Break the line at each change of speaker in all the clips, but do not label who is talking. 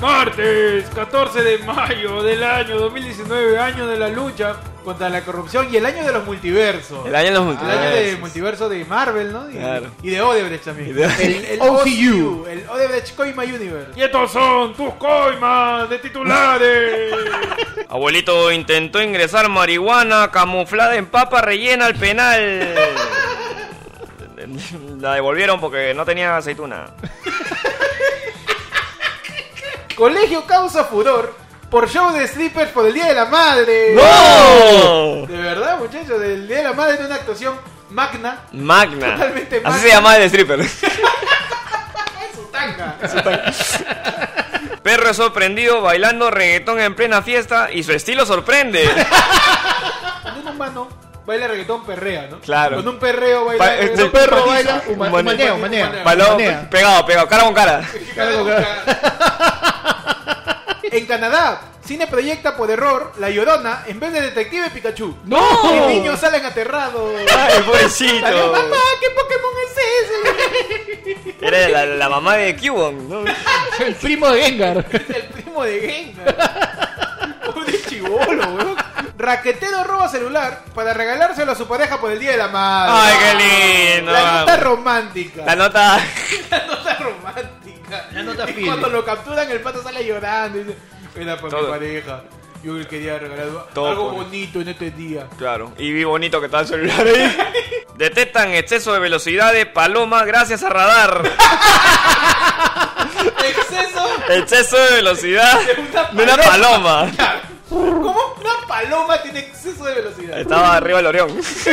Martes 14 de mayo del año 2019, año de la lucha contra la corrupción y el año de los multiversos.
El año de los
El año de
multiversos.
multiverso de Marvel, ¿no? Y,
Claro.
y de Odebrecht también.
Y de-
El, el OCU, el Odebrecht Coima Universe. Y estos son tus coimas de titulares.
Abuelito intentó ingresar marihuana camuflada en papa rellena al penal. La devolvieron porque no tenía aceituna.
Colegio causa furor por show de strippers por el Día de la Madre.
¡No!
De verdad, muchachos, del Día de la Madre de una actuación magna.
Magna.
Totalmente magna.
Así se llamaba el stripper.
Tanga.
Perro es sorprendido bailando reggaetón en plena fiesta y su estilo sorprende.
Cuando un humano baila reggaetón, perrea, ¿no?
Claro.
Con un perreo baila.
Pa-
reggaetón,
el perro
humaniza.
baila, huma-
Humaniza,
humanea,
humaniza,
humanea.
Bailó
Manea.
pegado, pegado, cara con cara.
Claro, claro. En Canadá, cine proyecta por error La Llorona en vez de Detective Pikachu.
¡No!
Y niños salen aterrados.
Ay,
Salió,
pobrecito.
mamá, ¿qué Pokémon es
Era la, la mamá de Cubon, ¿no?
El primo de Gengar.
ese? Es el primo de Gengar. Pobre chivolo, weón. Raquetero roba celular para regalárselo a su pareja por el Día de la Madre.
Ay, qué lindo.
La nota romántica.
La nota.
La nota romántica.
La nota
y
feeling.
cuando lo capturan, el pato sale llorando. y dice, era para mi
Todo.
pareja. Yo le quería regalar
Todo
algo
por-
bonito en este día.
Claro, y vi bonito que estaba el celular ahí. Detectan exceso de velocidad de paloma gracias a radar.
Exceso
Exceso de velocidad
de una
de una
paloma.
paloma.
Claro. ¿Cómo una paloma tiene exceso de velocidad?
Estaba arriba del Orión.
Exceso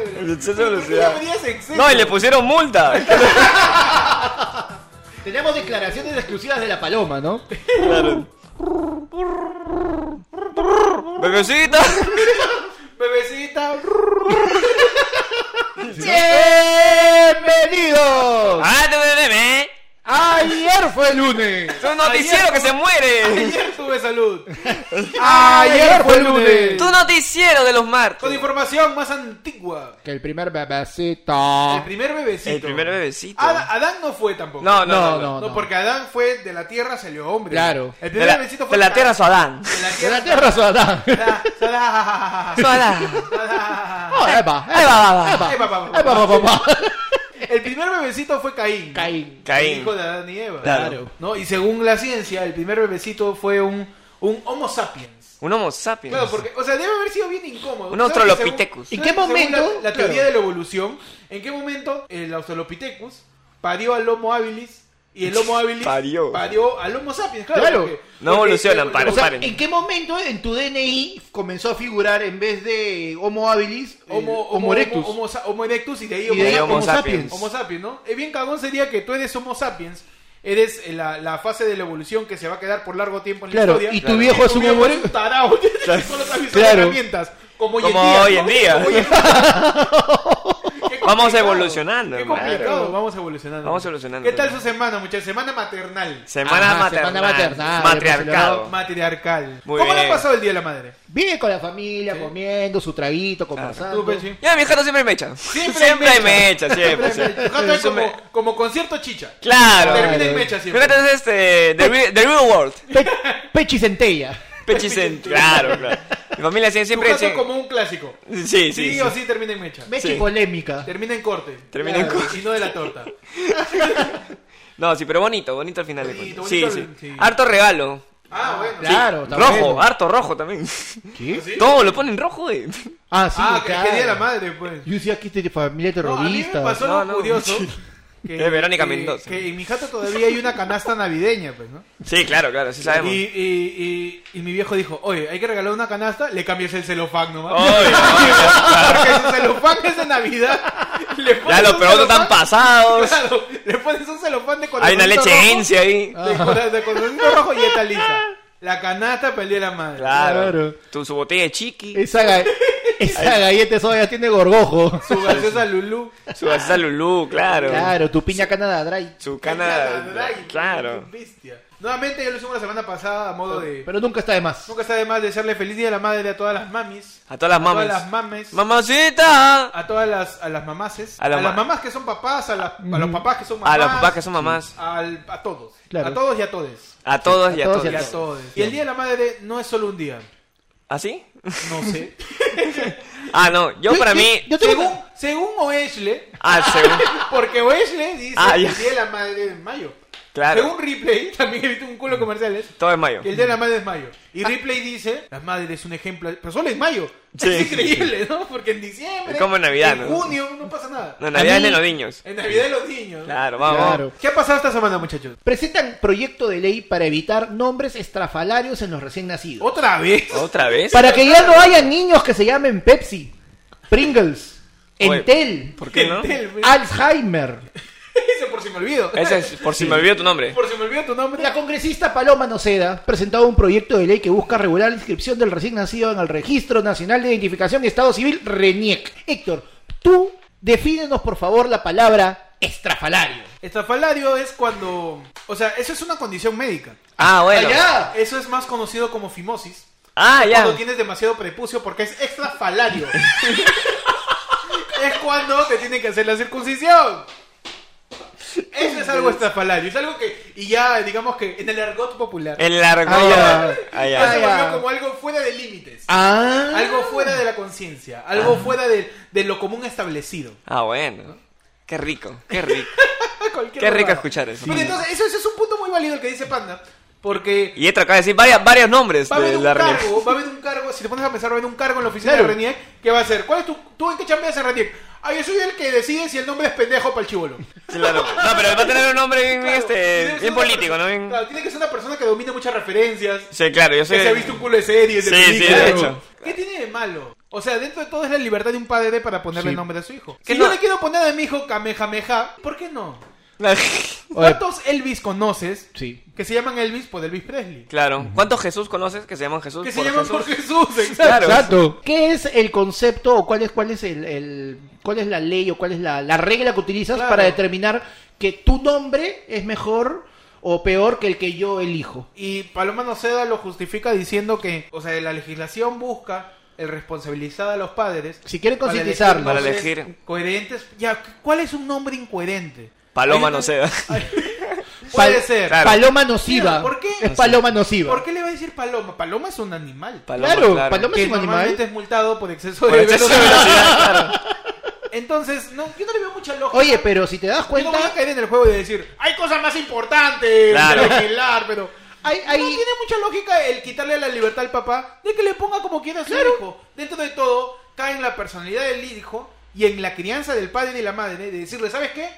de velocidad.
Exceso
¿Por
de
qué
velocidad.
llamarías exceso?
No, y le pusieron multa.
Tenemos declaraciones exclusivas de la paloma, ¿no?
Claro. Bebecita.
Bebecita.
¡Bienvenidos!
Ah, tu bebé.
Ayer fue lunes.
Es un noticiero que se muere.
Ayer tuve salud.
Ayer fue lunes.
Tu noticiero de los martes.
Con información más antigua.
Que el primer bebecito.
El primer bebecito.
El primer bebecito.
Ada- Adán no fue tampoco.
No,
No,
no,
no.
no.
No, porque Adán fue de la tierra salió hombre.
Claro.
El
De
primer
la,
bebecito
de
fue
la tierra su Adán.
De la
De
tierra.
la tierra Sodán.
Sa- sa-
Su Adán.
sa-
Oh, epa,
Ahí va, va, va.
epa,
Epa,
epa,
pa, pa,
epa, papá.
El primer bebecito fue Caín.
Caín.
Caín.
Hijo de Adán y Eva.
Claro.
¿No? Y según la ciencia, el primer bebecito fue un, un Homo sapiens.
Un homo sapiens.
Claro, porque, o sea, debe haber sido bien incómodo.
Un
¿Sabes que
Australopithecus.
según-
¿En qué
sabes que según
momento?
La, la teoría
Claro.
de la evolución, ¿en qué momento el Australopithecus parió al Homo habilis y el Homo habilis
Parió.
al Homo sapiens? Claro.
Claro.
No evolucionan,
eh,
paren,
O sea,
paren.
¿en qué momento en tu DNI comenzó a figurar en vez de Homo habilis, eh,
Homo, homo,
Homo erectus?
Homo, homo sa- homo erectus y de ahí
Y de ahí
Y
Homo
Homo
sapiens.
sapiens.
Homo sapiens, ¿no? Es bien cagón sería que tú eres Homo sapiens, eres en la, la fase de la evolución que se va a quedar por largo tiempo en
Claro,
la historia.
y tu viejo es un homo
es
erectus.
tarao, que solo sabe usar
Claro.
herramientas. Como hoy
Como
en día.
hoy en
¿no?
día.
Como hoy en día. Qué
Vamos
complicado,
evolucionando,
Qué
hermano.
complicado, vamos evolucionando.
Vamos evolucionando.
¿Qué tal su semana, muchachos? Semana maternal,
Semana,
Ajá,
maternal,
semana maternal,
Matriarcado.
matriarcal.
Muy
¿Cómo le
bien.
ha pasado el Día de la Madre?
Viene con la familia, comiendo su traguito,
Tú,
conversando.
Pechi.
Ya, mi jato siempre me echa.
Siempre
hay
mecha.
mecha, siempre.
Tu jato es como, como concierto chicha.
Claro.
Termina en mecha
Mi
siempre.
jato es este. The Real, the real World.
Pe- Pechi Centella.
Pechicent. Claro, claro. Mi familia sí,
Tu
siempre.
caso
Sí,
es como un clásico.
sí, sí.
Sí,
sí.
o sí termina en mecha.
Pechi
Sí.
polémica.
Termina en corte.
Termina en
Claro, Y no de la torta.
No, sí, pero bonito, bonito al final de
Bonito,
cuentas. Sí,
bonito
sí,
al- sí.
Harto regalo.
Ah, bueno.
Claro, también.
rojo, harto rojo también.
¿Qué?
¿Sí?
Todo lo ponen rojo, eh.
Ah, sí,
Ah, que,
claro.
que día de la madre, pues.
Yo decía que este de familia
No, a mí me
terrorista.
pasó
No,
algo
no.
curioso.
Es Verónica
que-
Mendoza.
Que en mi jato todavía hay una canasta navideña, pues, ¿no?
Sí, claro, claro, sí sabemos.
Y, y, y, y mi viejo dijo, oye, hay que regalar una canasta, le cambias el celofán nomás.
Obvio,
Porque su celofán es de Navidad. Le
Ya
pones
los
un
perotos
celofán-
están pasados.
Claro, le pones un celofán de
Hay una
corazoncito
leche
rojo,
hencia ahí.
De,
Ah.
cora- de corazoncito rojo y está lista. La canasta para el día de la madre.
Claro.
Claro.
Tu, su botella de chiqui.
Esa, ga- Esa galleta de soda ya tiene gorgojo.
Su gaseosa Lulú.
Su salsa Lulú, claro.
Claro, tu piña Canada Dry.
Su
Canadá,
cana.
Dry,
Claro.
qué Bestia. Nuevamente, yo lo hicimos la semana pasada a modo de.
Pero nunca está de más.
Nunca está de más desearle feliz día a la madre a todas las mamis.
A todas las
A todas
mames.
las mames.
Mamacita.
a todas las, a las mamaces.
A
A,
la
las
ma-
mamás que son papás, a, las- a los papás que son mamás.
A los papás que son mamás.
al- a todos.
Claro.
A todos y a todes.
A todos y a
A todos
Y a
todas.
todes. Y el Día de la Madre no es solo un día.
¿Así?
No sé.
Ah, no. Yo
Yo-
para
yo-
mí.
yo- tengo
según, según Oesle,
Ah, según.
porque Oesle dice
Ah,
que
ya.
el Día de la Madre es en mayo.
Claro.
Según Ripley, también he visto un culo de comerciales,
Todo es mayo.
que el Día de la Madre es mayo. Y Ripley dice, la madre es un ejemplo, pero solo en mayo.
Ah. Sí.
Es increíble, ¿no? Porque en diciembre,
Es como en Navidad,
en
¿no?
junio, no pasa nada.
No, Navidad
A
es de
mí-
los niños.
En Navidad de los niños.
Claro, vamos.
Claro.
¿Qué ha pasado esta semana, muchachos?
Presentan proyecto de ley para evitar nombres estrafalarios en los recién nacidos.
¿Otra vez?
¿Otra vez?
Para que ya no haya niños que se llamen Pepsi, Pringles,
Oye,
Entel,
¿Por qué no? Ah.
Entel, güey.
Alzheimer.
Dice por si me olvido.
Ese es por si me olvido tu nombre.
Por si me olvido tu nombre.
La congresista Paloma Noceda ha presentado un proyecto de ley que busca regular la inscripción del recién nacido en el Registro Nacional de Identificación y Estado Civil, RENIEC. Héctor, tú defínenos por favor la palabra estrafalario.
Estafalario es cuando... O sea, eso es una condición médica.
Ah, bueno.
Allá.
Eso es más conocido como fimosis.
Ah, ya.
Cuando tienes demasiado prepucio porque es extrafalario. es cuando te tienen que hacer la circuncisión. Eso es algo extrafalario. Es algo que... Y ya, digamos que en el argot popular.
El largo.
Ah,
Ah,
ya
ya.
se
Ah, ya.
volvió como algo fuera de límites.
Ah,
Algo fuera de la conciencia. Algo fuera de, de lo común establecido.
Ah, bueno. Qué rico, qué rico.
Cualquier
Qué rico
huevada.
escuchar eso.
Pero
Sí.
entonces, eso, eso es un punto muy válido el que dice Panda. Porque
Y esto acaba de decir varias, varios nombres
va a haber
de
un
la RNIC.
cargo, va a haber un cargo, si te pones a pensar, va a haber un cargo en la oficina
Claro.
de Reniec que va a ser, ¿cuál es tu, tú en qué chambeas en Reniec? Ah, yo soy el que decide si el nombre es pendejo para el chivolo.
Claro. No, pero va a tener un nombre bien, bien, este, bien político, ¿no? Bien-
Claro, tiene que ser una persona que domine muchas referencias,
Sí, claro, yo soy.
que se ha visto un culo de series, de
Sí, sí,
películas.
de hecho.
¿Qué tiene de malo? O sea, dentro de todo es la libertad de un padre para ponerle
Sí.
el nombre a su hijo.
Que
Si
no-
yo le quiero poner a mi hijo Kamehameha, ¿por qué no?
Oye.
¿Cuántos Elvis conoces
Sí.
que se llaman Elvis por Elvis Presley?
Claro. ¿Cuántos Jesús conoces que se llaman Jesús?
Que se
por
llaman
Jesús?
por Jesús, exacto.
Claro.
Exacto. ¿Qué es el concepto o cuál es cuál es el, el- cuál es la ley o cuál es la, la regla que utilizas
Claro.
para determinar que tu nombre es mejor o peor que el que yo elijo?
Y Paloma Noceda lo justifica diciendo que, o sea, la legislación busca el responsabilizar a los padres.
Si quieren
para
concientizarlos.
Para
nombres
elegir.
Coherentes. Ya, ¿cuál es un nombre incoherente?
Paloma
Hay un-
no se da.
Puede
Pal-
ser.
Claro.
Paloma nociva.
¿Por qué?
Es paloma nociva.
¿Por qué le va a decir paloma? Paloma es un animal.
Paloma,
claro,
claro.
paloma
que
es un
normalmente
animal.
es multado por exceso
Por
de
exceso de
velocidad.
velocidad, claro.
Entonces, no, yo no le veo mucha lógica.
Oye, pero si te das
Yo no voy a
cuenta,
caer en el juego de decir, hay cosas más importantes
Claro.
de legislar, pero...
hay,
No
hay-
tiene mucha lógica el quitarle la libertad al papá de que le ponga como quiera a su hijo. Dentro de todo, cae en la personalidad del hijo y en la crianza del padre y de la madre de decirle, ¿sabes qué?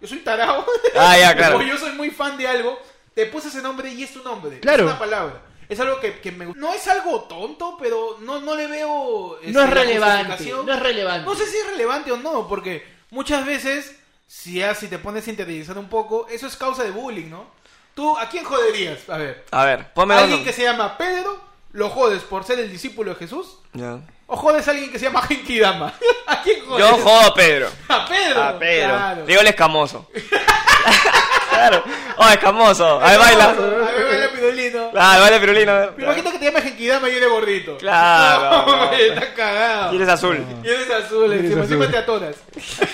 Yo soy tarao.
Ah, ya, claro.
o yo soy muy fan de algo. Te puse ese nombre y es tu nombre.
Claro.
Es una palabra. Es algo que, que me No es algo tonto, pero no, no le veo. este,
no es
la
relevante,
justificación.
no es relevante.
No sé si es relevante o no, porque muchas veces, si ya si te pones a interiorizar un poco, eso es causa de bullying, ¿no? ¿Tú a quién joderías? A ver.
A ver, ponme dos
¿Alguien que
nombres.
se llama Pedro lo jodes por ser el discípulo de Jesús?
Ya.
¿O jodes a alguien que se llama Genkidama? ¿A quién jodes?
Yo jodo a Pedro.
a Pedro.
A Pedro.
Claro.
Digo el escamoso. claro. Oh, escamoso. Ahí
A
baila.
ver, baila Pirulino.
Claro, baila pirulino.
Me imagino que te llamas Genkidama y eres gordito.
Claro,
No,
no.
hombre, estás cagado.
Y eres azul.
Y eres azul,
eres
encima, encima
azul.
te atoras.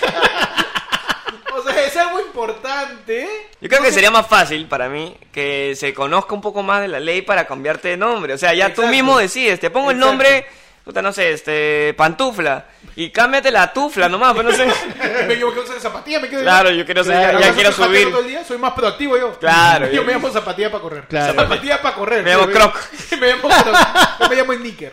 o sea, es algo importante.
Yo creo que sería más fácil para mí que se conozca un poco más de la ley para cambiarte de nombre. O sea, ya tú
Exacto.
mismo decides, te pongo
Exacto.
el nombre, puta, no sé, este, pantufla. Y cámbiate la tufla nomás, pues no sé.
me equivoqué usar zapatilla, me quedo
Claro, yo quiero ser- ya- ya
¿Acaso
quiero
soy patero
subir.
todo el día? Soy más proactivo yo.
Claro,
Yo
yo-
me llamo zapatilla para correr.
Claro.
Zapatilla para correr.
Me llamo croc.
Me llamo croc. Yo me llamo sneaker.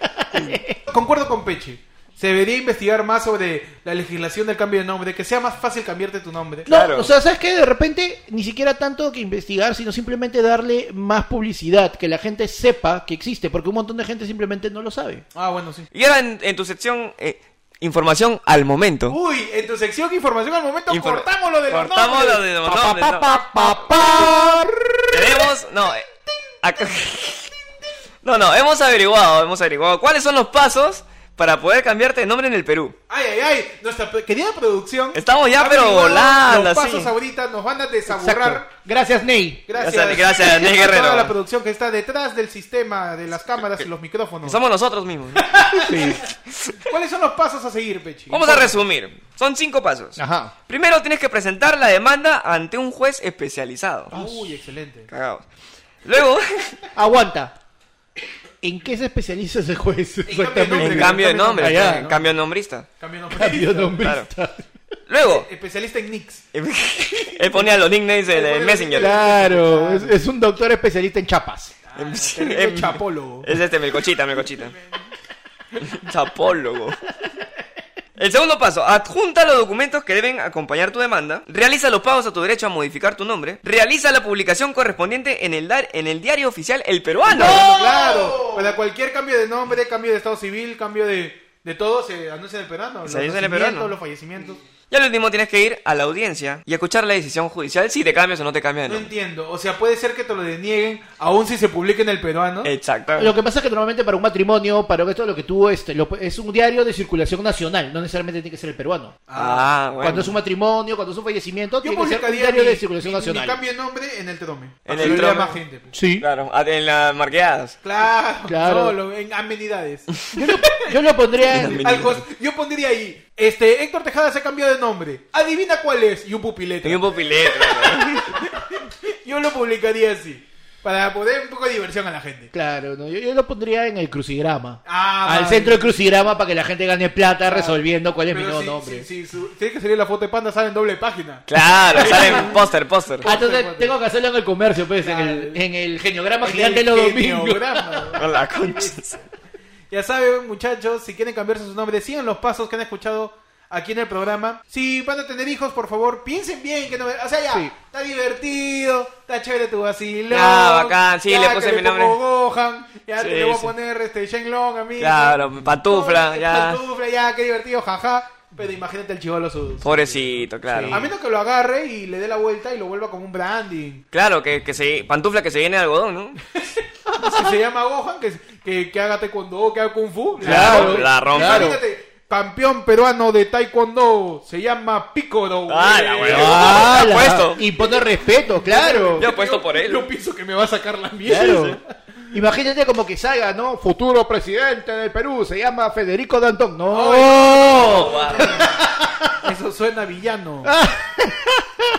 Concuerdo con Peche. Se debería investigar más sobre la legislación del cambio de nombre, que sea más fácil cambiarte tu nombre.
No,
Claro.
o sea, ¿sabes qué? De repente, ni siquiera tanto que investigar, sino simplemente darle más publicidad, que la gente sepa que existe, porque un montón de gente simplemente no lo sabe.
Ah, bueno, sí.
Y ahora en, en tu sección, eh, información al momento.
Uy, en tu sección de información al momento
Inform-
cortamos lo de los
Cortamos
nombres.
lo de los
Pa, pa,
nombres,
pa,
no.
pa, pa, pa.
Tenemos, no, eh, acá- no, no, hemos averiguado, hemos averiguado cuáles son los pasos para poder cambiarte de nombre en el Perú.
Ay, ay, ay, nuestra pe- querida producción.
Estamos ya,
ha
pero
averiguado
volando,
Los pasos
sí.
ahorita nos van a
Exacto.
desaburrar.
Gracias, Ney.
Gracias,
Gracias, gracias, Ney
a
Guerrero.
toda la producción que está detrás del sistema de las cámaras y los micrófonos.
Somos nosotros mismos.
¿Cuáles son los pasos a seguir, Pechi?
Vamos a resumir. Son cinco pasos.
Ajá.
Primero tienes que presentar la demanda ante un juez especializado.
Uy, excelente.
Cagados. Luego,
Aguanta. ¿En qué se especializa ese juez?
nombre.
en
Exactamente.
cambio de nombre,
Allá,
en
¿no?
cambio de nombrista.
Cambio de
Cambio
nombre.
nombrista.
Luego,
Especialista en Nix.
él ponía los nicknames en el Messenger.
Claro, es, es un doctor especialista en chapas.
Terrible chapólogo.
Em, Es este, Melcochita, Melcochita. Chapólogo. El segundo paso, adjunta los documentos que deben acompañar tu demanda, realiza los pagos a tu derecho a modificar tu nombre, realiza la publicación correspondiente en el, dar- en el diario oficial El Peruano.
Claro, para cualquier cambio de nombre, cambio de estado civil, cambio de, de todo, se anuncia en el peruano. Los
Se anuncia en el
nacimientos,
peruano.
Los fallecimientos.
Y al último tienes que ir a la audiencia y escuchar la decisión judicial si te cambias o no te cambias
No
de nombre.
entiendo. O sea, puede ser que te lo denieguen, aún si se publique en el peruano.
Exacto.
Lo que pasa es que normalmente para un matrimonio, para esto lo que tú este, lo- es un diario de circulación nacional, no necesariamente tiene que ser el peruano.
Ah, bueno.
Cuando es un matrimonio, cuando es un fallecimiento,
Yo
tiene que ser un
publicaría
diario
mi-
de circulación
mi-
nacional.
Mi cambio de nombre en el trome.
En
En
el
el
trome.
más gente. pues.
Sí.
Claro, a- en las marqueadas.
Claro,
Claro.
solo en amenidades.
Yo lo, yo lo
Eh,
pondría en-
Al cos- yo pondría ahí, este, Héctor Tejada se cambió de nombre. Adivina cuál es y un
Tenía
pupilete.
un popilete.
Yo lo publicaría así para poner un poco de diversión a la gente.
Claro, no, yo, yo lo pondría en el crucigrama.
Ah,
Al
vale.
centro del crucigrama para que la gente gane plata resolviendo cuál es mi
Pero
nuevo
si-
nombre.
si- si su- tiene que salir la foto de panda, sale en doble página.
Claro, salen póster, póster.
Ah, entonces tengo que hacerlo en el comercio, pues, en el,
Claro.
en el geniograma
En
gigante
el
los domingos.
geniograma.
A la concha.
ya saben, muchachos, si quieren cambiarse su nombre, sigan los pasos que han escuchado aquí en el programa. Si van a tener hijos, por favor, piensen bien. Que no, o sea, ya,
Sí.
está divertido, está chévere tu vacilón.
Ya, bacán, sí,
ya
le
que
puse mi
pongo
nombre.
Gohan, ya
Sí,
te le voy
sí.
a poner este, Shenlong a mí.
Claro, pantufla, ya.
Pantufla, ya, qué divertido, jaja. Pero imagínate el chivolo su... su-
Pobrecito, claro.
A menos que lo agarre y le dé la vuelta y lo vuelva como un branding.
Claro, que, que se, pantufla que se llene de algodón, ¿no?
Si se llama Gohan, que, que, que haga taekwondo, que haga kung fu. la
Claro,
rompe.
la rompe.
Imagínate, campeón peruano de taekwondo, se llama Eh, Picoro.
Ah, la huevón.
Ah, la-
Puesto.
Y pone respeto, claro.
Yo apuesto por él.
Yo pienso que me va a sacar la mierda.
Claro. Imagínate como que salga, ¿no? Futuro presidente del Perú, se llama Federico Dantón. No. eh.
Oh. Eso suena villano.
Ah.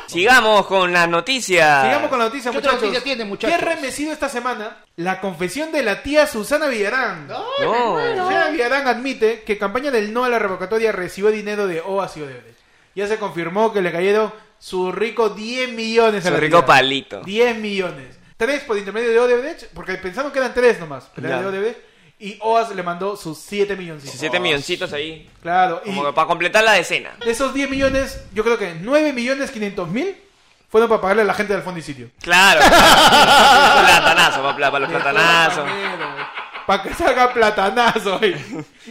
Sigamos con las noticias.
Sigamos con la noticia,
¿Qué otra
muchachos.
noticia tiene, muchachos?
¿Qué remecido esta semana? La confesión de la tía Susana Villarán.
Ah.
No.
Susana Villarán admite que campaña del no a la revocatoria recibió dinero de OAS y Odebrecht. Ya se confirmó que le cayeron sus ricos 10 millones a
Su
la
rico
tía.
palito.
10 millones. 3 por intermedio de Odebrecht, porque pensaron que eran 3 nomás. pero era
Ya.
de Odebrecht, y OAS le mandó sus 7 milloncitos.
17 milloncitos ahí.
Claro, y
Como que para completar la decena.
de esos 10 millones, yo creo que 9 millones 500 mil fueron para pagarle a la gente del fondo y sitio.
Claro. platanazo, para, para los platanazos.
Para que salga platanazo ahí.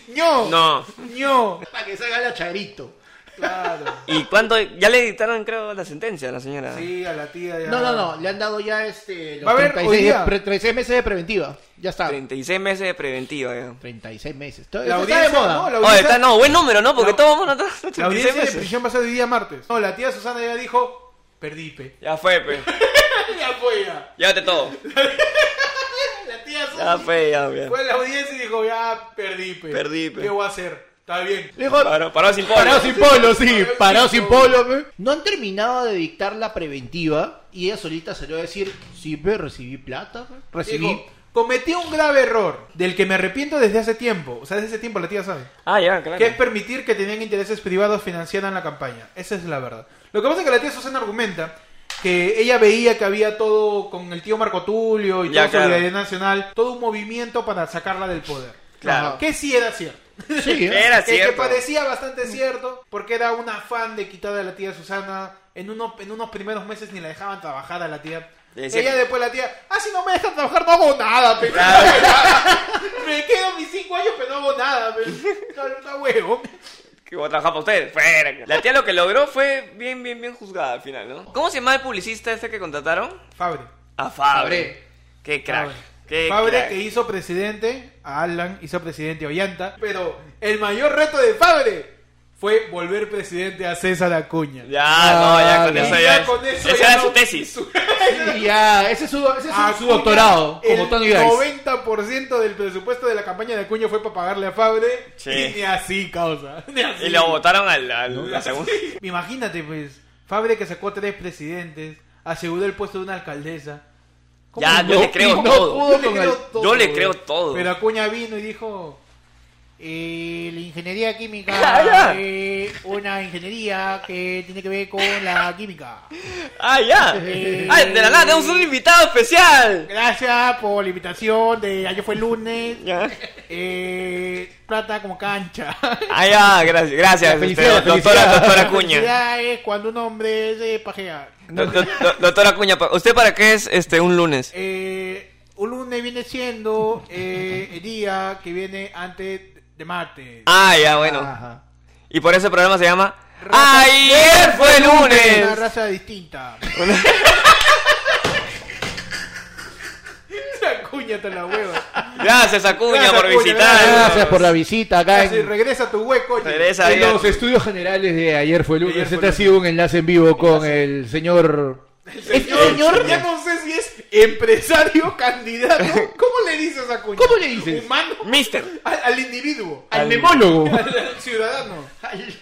¡Ño!
No.
¡Ño!
Para que salga la charito.
Claro.
¿Y cuánto? Ya le dictaron, creo, la sentencia a la señora.
Sí, a la tía ya.
No, no, no, le han dado ya este, los
Va a haber hoy
36, de-
día.
pre- 36 meses de preventiva. Ya está.
36 meses de preventiva. ya.
36 meses. Esto-
La
esto está de
audiencia,
moda.
¿no? La
Oye,
audiencia-
está, no, buen número, ¿no? Porque
La-
todos vamos a notar
La
36
audiencia de
meses.
prisión va a ser hoy día martes. No, la tía Susana ya dijo, perdí, pe.
Ya fue, pe.
Ya fue ya.
Llévate todo.
La tía Susana
Ya fue, ya, ya.
fue a la audiencia y dijo, ya perdí, pe.
Perdí, pe.
¿Qué voy a hacer? Está bien.
Le dijo,
Paró, paró sin polvo.
parado sin polo, sí, parado sin polo. pe. No han terminado de dictar la preventiva y ella solita salió a decir, sí, pe, recibí plata, pe, recibí...
Dijo, cometí un grave error del que me arrepiento desde hace tiempo. O sea, desde hace tiempo la tía sabe.
Ah, ya, claro.
Que es permitir que tenían intereses privados financiaran la campaña. Esa es la verdad. Lo que pasa es que la tía Susana argumenta que ella veía que había todo con el tío Marco Tulio y
Ya,
toda
claro.
Solidaridad Nacional, todo un movimiento para sacarla del poder.
Claro.
Que sí era cierto.
Sí, ¿eh?
Era
que, que
cierto.
parecía bastante cierto, porque era un afán de quitar a la tía Susana. En, uno, en unos primeros meses ni la dejaban trabajar a la tía.
Le decía-
Ella después la tía, ah, si no me dejan trabajar no hago nada, pe". me quedo mis cinco años pero no hago nada, pe. Está- está huevo.
Que voy a trabajar para ustedes. Fuera. La tía lo que logró fue bien, bien, bien juzgada al final, ¿no? ¿Cómo se llama el publicista este que contrataron?
Fabre.
A Fabre. Qué crack.
Fabre.
Qué
Fabre
crack.
que hizo presidente a a Alan y ser presidente Ollanta, pero el mayor reto de Fabre fue volver presidente a César Acuña.
Ya, no, ya con
Ah,
eso
Y
ya.
ya con eso
esa
ya
era
no-
su tesis.
su-
Sí, ya, ese es su, ese es su-
Acuña,
Ah, su doctorado, como Tony
Ah, El
Dice.
90% del presupuesto de la campaña de Acuña fue para pagarle a Fabre.
Sí.
Y ni así, causa. Ni así.
Y lo votaron al, al- la segunda.
Imagínate, pues, Fabre que sacó tres presidentes, aseguró el puesto de una alcaldesa. ¿Cómo
Ya,
no?
yo
No,
le creo
no
todo.
pudo.
Yo le
con
creo
el-
todo,
yo le
güey.
creo todo.
Pero Acuña vino y dijo: eh, La ingeniería química
Ya, ya.
es una ingeniería que tiene que ver con la química.
Ah, ya.
Eh.
Ah, de la nada, tenemos un invitado especial.
Gracias por la invitación. De ayer fue el lunes.
Ya.
Eh, plata como cancha.
Ah, ya, gracias, gracias,
Felicidades,
este, doctora,
felicidades.
doctora Cuña.
Felicidad es cuando un hombre se pajea.
Do- do- do- Doctora Cuña, pa- ¿usted para qué es este un lunes?
Eh, un lunes viene siendo eh, el día que viene antes de martes.
Ah, ya, bueno.
Ajá.
Y por eso el programa se llama
Raza-
Ayer fue
Una
lunes.
raza distinta. Esa cuña hasta la hueva.
Gracias, Acuña,
Gracias,
por
Acuña,
visitarnos.
Gracias por la visita acá
Así,
en,
regresa a tu hueco. oye.
Regresa
en
ayer.
los estudios generales de ayer fue
Ayer
lunes.
fue
Este ha
lunes.
sido un enlace en vivo con el señor.
El
El
señor,
señor-
ya no sé si es empresario, candidato. ¿Cómo le dices a cuña?
¿Cómo le dices?
Humano.
Mister.
Al, al individuo.
Al memólogo.
Al ciudadano.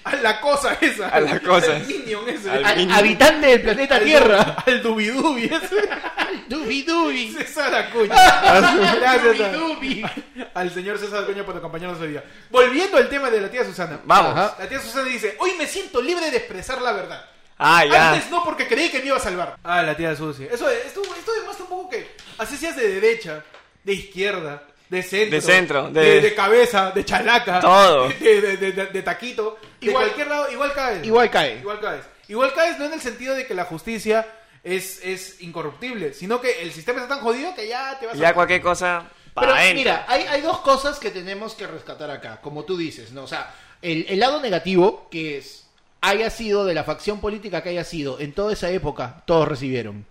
A la cosa esa.
A la cosa.
Al minion ese.
Al-
Al habitante del planeta Tierra.
Al dubidubi ese.
Dubi dubi.
César Acuña. Gracias a- al señor César Acuña por acompañarnos hoy día. Volviendo al tema de la tía Susana.
Vamos.
Ajá.
La tía Susana dice, hoy me siento libre de expresar la verdad.
Ah, ya.
Antes no porque creí que me iba a salvar. Ah, la tía Susi. Eso, esto, esto demuestra un poco que así seas de derecha, de izquierda, de centro,
De centro, de-
de, de cabeza, de chalaca,
Todo.
de, de- de- de- de taquito,
Igual-
de cualquier lado, igual caes.
Igual cae.
Igual caes. Igual caes no en el sentido de que la justicia es, es incorruptible, sino que el sistema está tan jodido que ya te vas
Ya
a...
cualquier cosa.
Pero
Para él.
mira, hay, hay dos cosas que tenemos que rescatar acá, como tú dices, ¿no? O sea, el, el lado negativo, que es, haya sido de la facción política que haya sido, en toda esa época, todos recibieron.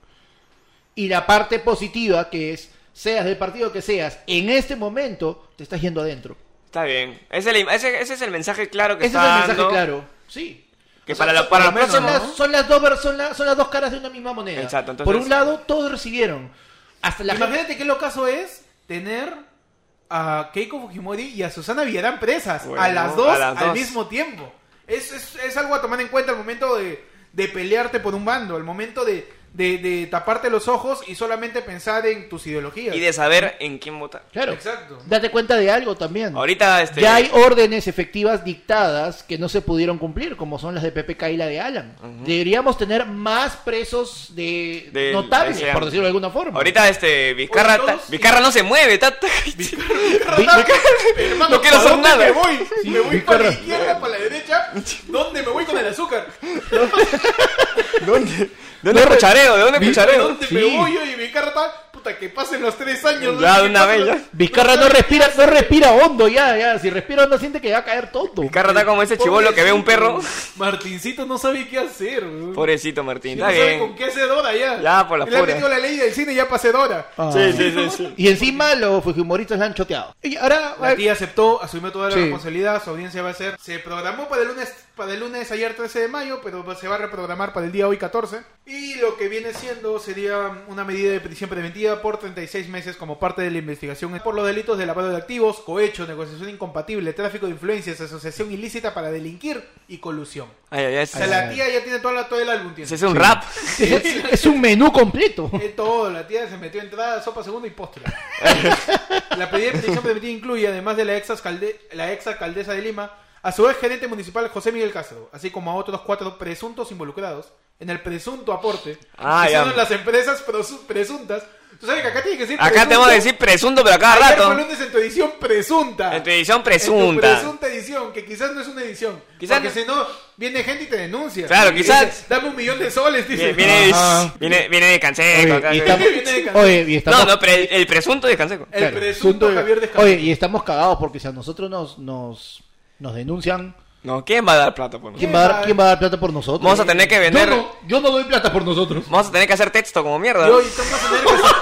Y la parte positiva, que es, seas del partido que seas, en este momento te estás yendo adentro.
Está bien. Ese, le- ese- ese es el mensaje claro que
Ese es el
está
mensaje
dando.
claro. Sí.
Que
O sea,
para la-
son-
para la
son
próxima,
las-
¿no?
son las dos ver- son la- son las dos caras de una misma moneda.
Exacto, entonces-
Por un lado, todos recibieron. Hasta la gente-
Imagínate qué locazo es tener a Keiko Fujimori y a Susana Villarán presas
Bueno,
a las dos
a las
al
dos.
mismo tiempo. Es, es- es algo a tomar en cuenta al momento de, de pelearte por un bando, al momento de, de- de taparte los ojos y solamente pensar en tus ideologías.
Y de saber en quién votar.
Claro.
Exacto.
Date cuenta de algo también.
Ahorita, este.
Ya hay órdenes efectivas dictadas que no se pudieron cumplir, como son las de PPK y la de Alan. Deberíamos tener más presos de,
Del-
notables,
ese-
por decirlo de alguna forma.
Ahorita, este. Vizcarra,
Oye, todos-
ta- Vizcarra no se mueve. está-
Vi-
Hermano,
No quiero
¿a
hacer
dónde
nada.
Me voy, me voy
Ricardo.
para la izquierda, para la derecha. ¿Dónde me voy con el azúcar?
¿Dónde? ¿De dónde cuchareo? ¿De dónde cuchareo?
¿Dónde
Sí.
me voy yo y mi carro está? Puta, que pasen los tres años.
Ya,
¿no?
de
Que
una
pasen
vez,
los-
ya.
Vizcarra no respira, no respira hondo ya, ya. Si respira hondo siente que va a caer todo.
Vizcarra está como ese chivolo que ve un perro.
Martincito no sabe qué hacer, weón.
Pobrecito Martín.
no
Está
pues, sabe con
bien.
qué hacer hora ya.
Ya, por la
Le han
pura.
metido la ley del cine y ya pasé hora.
Ah.
Sí, sí, sí, sí.
Y encima los fujimoristas la han choteado. Y ahora...
La tía aceptó, asumió toda la
Sí.
responsabilidad, su audiencia va a ser. Se programó para el lunes, para el lunes ayer 13 de mayo, pero se va a reprogramar para el día hoy 14. Y lo que viene siendo sería una medida de prisión preventiva por 36 meses como parte de la investigación por los delitos de lavado de activos, cohecho, negociación incompatible, tráfico de influencias, asociación ilícita para delinquir y colusión.
Ay, ay, ay.
O sea,
Ese
la tía ya tiene toda la, todo el álbum. Tiene.
ese es un rap.
es, es un menú completo.
Eh, todo, la tía se metió entrada, sopa segundo y postre. la pedida de petición permitida incluye, además de la ex, alcalde, la ex alcaldesa de Lima, a su ex gerente municipal José Miguel Castro, así como a otros cuatro presuntos involucrados en el presunto aporte
Ah,
que
ya.
son las empresas prosu- presuntas. Tú sabes que acá tiene que decir
Acá tengo que decir presunto, pero a cada
Ayer fue
rato.
lunes en tu edición presunta.
En tu edición
En
presunta.
tu presunta edición, que quizás no es una edición.
Quizás
porque
no-
si no, viene gente y te denuncia.
Claro,
Y
quizás-
dice, Dame un millón de soles, dice.
Viene, viene,
Ajá.
viene, viene de Canseco.
"Ah". Oye,
acá.
y estamos,
Viene de Canseco.
oye, y estamos
No, no, pero el, el presunto de Canseco.
El
Claro,
presunto
asunto de-
Javier de
Oye, y estamos cagados porque si a nosotros nos, nos, nos denuncian,
No, ¿quién va a dar plata por nosotros?
¿quién va, a dar, ¿quién va a dar plata por nosotros?
Vamos a tener que vender.
Yo no, yo no doy plata por nosotros.
Vamos a tener que hacer texto como mierda.
Yo, y tú vas a tener que-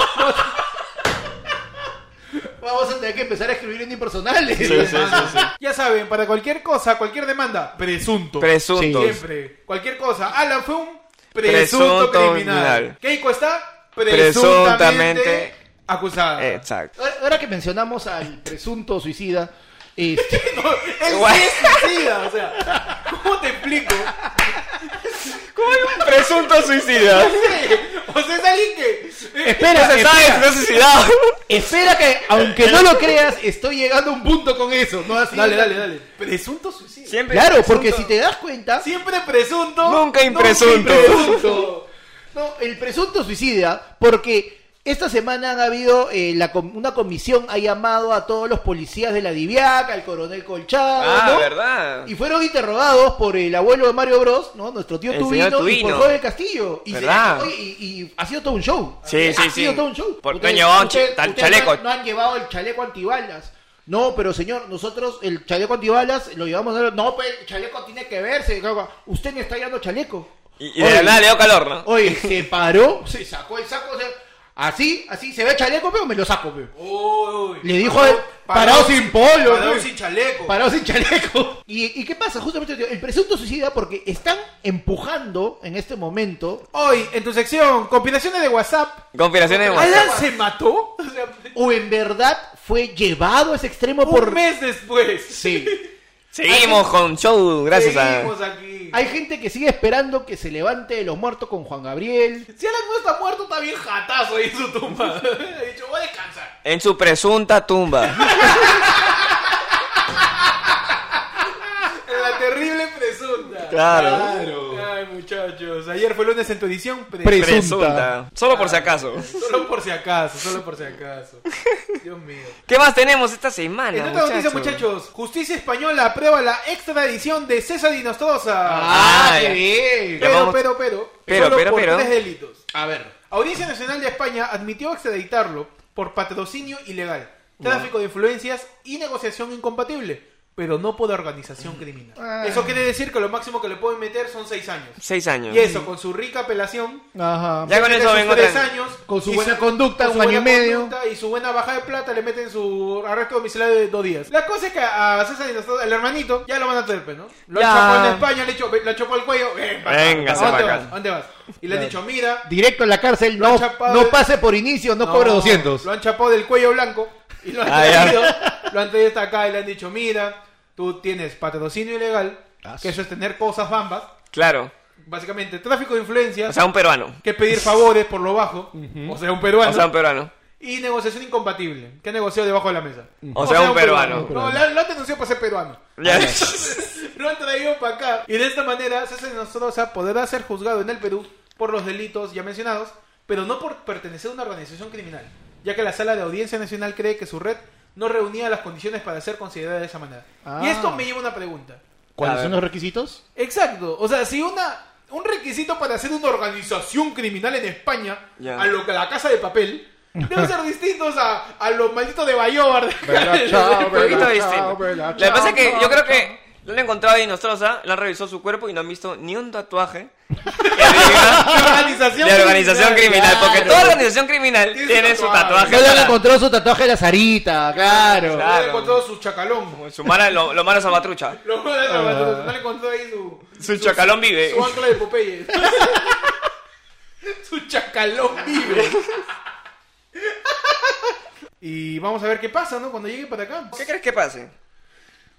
Vamos a tener que empezar a escribir en impersonales.
Sí, sí, sí, sí.
Ya saben, para cualquier cosa, cualquier demanda, presunto.
Presuntos.
Siempre. Cualquier cosa. Alan fue un presunto,
Presunto
criminal.
criminal.
Keiko está presuntamente,
Presuntamente-
acusada.
Exacto.
Ahora, ahora que mencionamos al presunto suicida, este,
No, él
Guay.
sí es suicida, o sea, ¿cómo te explico?
¿Cómo hay un presunto suicida?
O sea, es alguien que... eh,
espera,
No se sabe si
espera,
se ha suicidado.
espera que, aunque no lo creas, estoy llegando a un punto con eso, ¿no? Así,
Dale, dale, dale. Presunto suicida.
Siempre
Claro,
presunto.
porque si te das cuenta,
Siempre presunto.
Nunca impresunto.
impresunto.
No, el presunto suicida, porque esta semana han habido, eh, la com- una comisión ha llamado a todos los policías de la Diviaca, al coronel Colchado,
Ah,
¿no?
¿verdad?
Y fueron interrogados por el abuelo de Mario Bros, ¿no? Nuestro tío
El
Tubino,
señor
y por
Tubino.
Jorge del Castillo. Y, se-
¿Verdad?
oye, y- y ha sido todo un show.
Sí, sí,
ha
sí.
sido todo un show.
Porque
Ustedes-
han llevado un
ustedes-
ch- tal
ustedes no han-
chaleco.
No han llevado el chaleco antibalas. No, pero señor, nosotros el chaleco antibalas lo llevamos... a- No, pues el chaleco tiene que verse. Usted me está llevando chaleco.
Y, y de la
Oye,
nada le dio calor, ¿no?
Oye, se paró, se sacó el saco, o sea, así, así, se ve chaleco, pero me lo saco, pero.
Uy,
Le dijo a él, parado sin polo,
Parado
pe.
sin chaleco.
Parado sin chaleco. ¿Y, y qué pasa? Justamente tío, el presunto suicida porque están empujando en este momento.
Hoy, en tu sección, combinaciones de WhatsApp.
Conspiraciones de
¿Alan
WhatsApp.
se mató? O sea,
O en verdad fue llevado a ese extremo por.
un mes después.
Sí.
Seguimos con show, gracias a.
Seguimos aquí.
Hay gente que sigue esperando que se levante de los muertos con Juan Gabriel.
Si Alan no está muerto, está bien jatazo ahí en su tumba. He dicho, voy a descansar.
En su presunta tumba.
La terrible presunta.
Claro.
Ay, muchachos. Ayer fue lunes en tu edición. pre-
Pre-
Presunta. Solo por si acaso.
solo por si acaso, solo por si acaso. Dios mío.
¿Qué más tenemos esta semana?
En otra noticia,
muchacho?
muchachos, Justicia Española aprueba la extradición de César Dinostrosa.
Ah, ya.
bien!
Ya
pero,
vamos-
pero, pero,
Pero,
solo
pero,
por
pero.
tres delitos.
A ver.
Audiencia Nacional de España admitió extraditarlo por patrocinio ilegal, tráfico de influencias y negociación incompatible, pero no por organización criminal.
Ah.
Eso quiere decir que lo máximo que le pueden meter son seis años.
Seis años.
Y eso, con su rica apelación,
Ajá.
Ya con
meten
eso
sus
vengo
tres
tranqui.
años,
Con su
y
buena conducta,
con
un
su
año y
buena
medio.
conducta Y su buena bajada de plata le meten su arresto domiciliario de dos días. La cosa es que a César, Dinosaurio, el hermanito, ya lo van a tener, pues, ¿no? Lo
Ya.
chapó en España, le chocó, lo chocó el cuello. Ven, pa' acá.
Venga,
¿A
se
¿Dónde
va
vas?
acá.
¿A ¿Dónde vas? Y le han dicho, mira,
Directo a la cárcel,
Lo han
no,
chapado de-
no pase por inicio, no, cobre 200.
Lo han chapado del cuello blanco y lo han
Ah, ya.
traído, lo han traído hasta acá y le han dicho, mira, tú tienes patrocinio ilegal,
Ah,
que eso es tener cosas bambas,
Claro.
básicamente tráfico de influencias,
O sea, un peruano.
que pedir favores por lo bajo, o sea, un peruano.
O sea, un peruano.
y negociación incompatible, que negoció debajo de la mesa.
O sea, un peruano.
No, lo, lo han denunciado por ser peruano.
Ya.
Lo han traído para acá. Y de esta manera, César Nostroza podrá ser juzgado en el Perú por los delitos ya mencionados, pero no por pertenecer a una organización criminal, ya que la Sala de Audiencia Nacional cree que su red no reunía las condiciones para ser considerada de esa manera.
Ah.
Y esto me lleva a una pregunta.
¿Cuáles
A
son
ver.
los requisitos?
Exacto, o sea, si una un requisito para hacer una organización criminal en España
Ya.
a lo que la Casa de Papel deben ser distintos a, a los malditos de Bayor.
Un poquito distinto. Lo que pasa es que yo creo que lo han encontrado a Dinostrosa, lo han revisado su cuerpo y no han visto ni un tatuaje que diga
organización
de organización criminal. Porque toda organización criminal
Tiene su
tiene su
tatuaje.
tatuaje.
No le han
para-
encontrado su tatuaje de la Sarita, claro.
Claro.
No le encontró su chacalón.
Su mala, lo, lo malo es Salvatrucha.
Lo malo de la basura, No le encontró ahí su,
Su chacalón vive.
su ancla de Popeye. su chacalón vive. y vamos a ver qué pasa, ¿no? Cuando llegue para acá.
¿Qué crees que pase?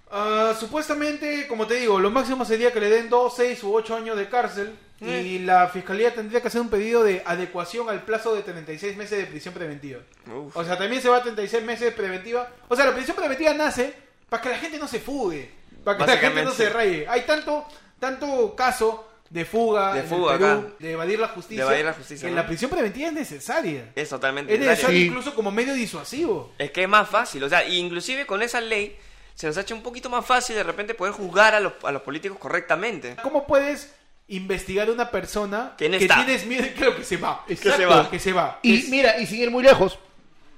Ah, supuestamente, como te digo, lo máximo sería que le den 2, 6 u 8 años de cárcel.
Eh.
Y la fiscalía tendría que hacer un pedido de adecuación al plazo de 36 meses de prisión preventiva.
Uf.
O sea, también se va a 36 meses preventiva. O sea, la prisión preventiva nace para que la gente no se fugue. Para que la gente no
Básicamente,
se
sí.
raye. Hay tanto, tanto caso de fuga,
De
en el
fuga
Perú,
acá.
de evadir la justicia.
De evadir la justicia,
que
¿no?
la prisión preventiva es necesaria.
Es totalmente
Es
necesario.
necesaria
Sí.
incluso como medio disuasivo.
Es que es más fácil, o sea, inclusive con esa ley se nos ha hecho un poquito más fácil de repente poder juzgar a los, a los políticos correctamente.
¿Cómo puedes investigar a una persona
Que no
que
está.
tienes miedo de que se va?
Exacto.
se va.
Que se va.
Y mira, y sin ir muy lejos,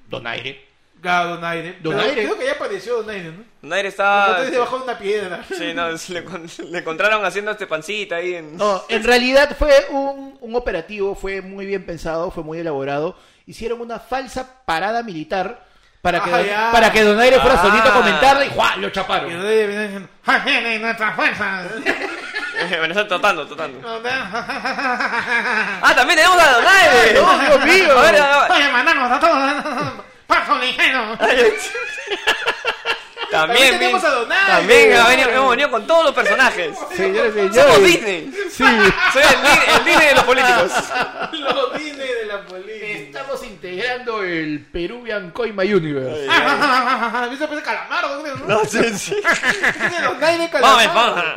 Donaire.
Claro, Donaire.
Donaire.
Creo que ya apareció Donaire, ¿no?
Nair
Ah,
está...
debajo de una piedra.
Sí, no, es- le, con- le encontraron haciendo este pancita ahí en...
No, en realidad fue un, un operativo, fue muy bien pensado, fue muy elaborado. Hicieron una falsa parada militar para que,
Ah,
don-
ya.
para que Donaire fuera
Ah.
solito a comentarle y ¡guau! lo
Y
chaparon.
Donaire viene diciendo, "Ja, ja, y nuestras fuerzas!
bueno, están tratando, tratando.
¡Oye,
Ah, también tenemos a Donaire.
¡No, Dios mío!
A ver, a ver.
mandamos a todos! ¡Paso ligero!
También,
tenemos a Donaire.
También ha venido- hemos venido con todos los personajes.
Señores,
Somos
señores.
Disney.
Sí.
Soy el, Di- el Disney de los políticos.
Los vine de la política.
Estamos integrando el Peruvian Coima Universe.
¿Viste? Parece calamardo. ¿no? Tiene Donaire
Vamos,
calamardo.
vamos.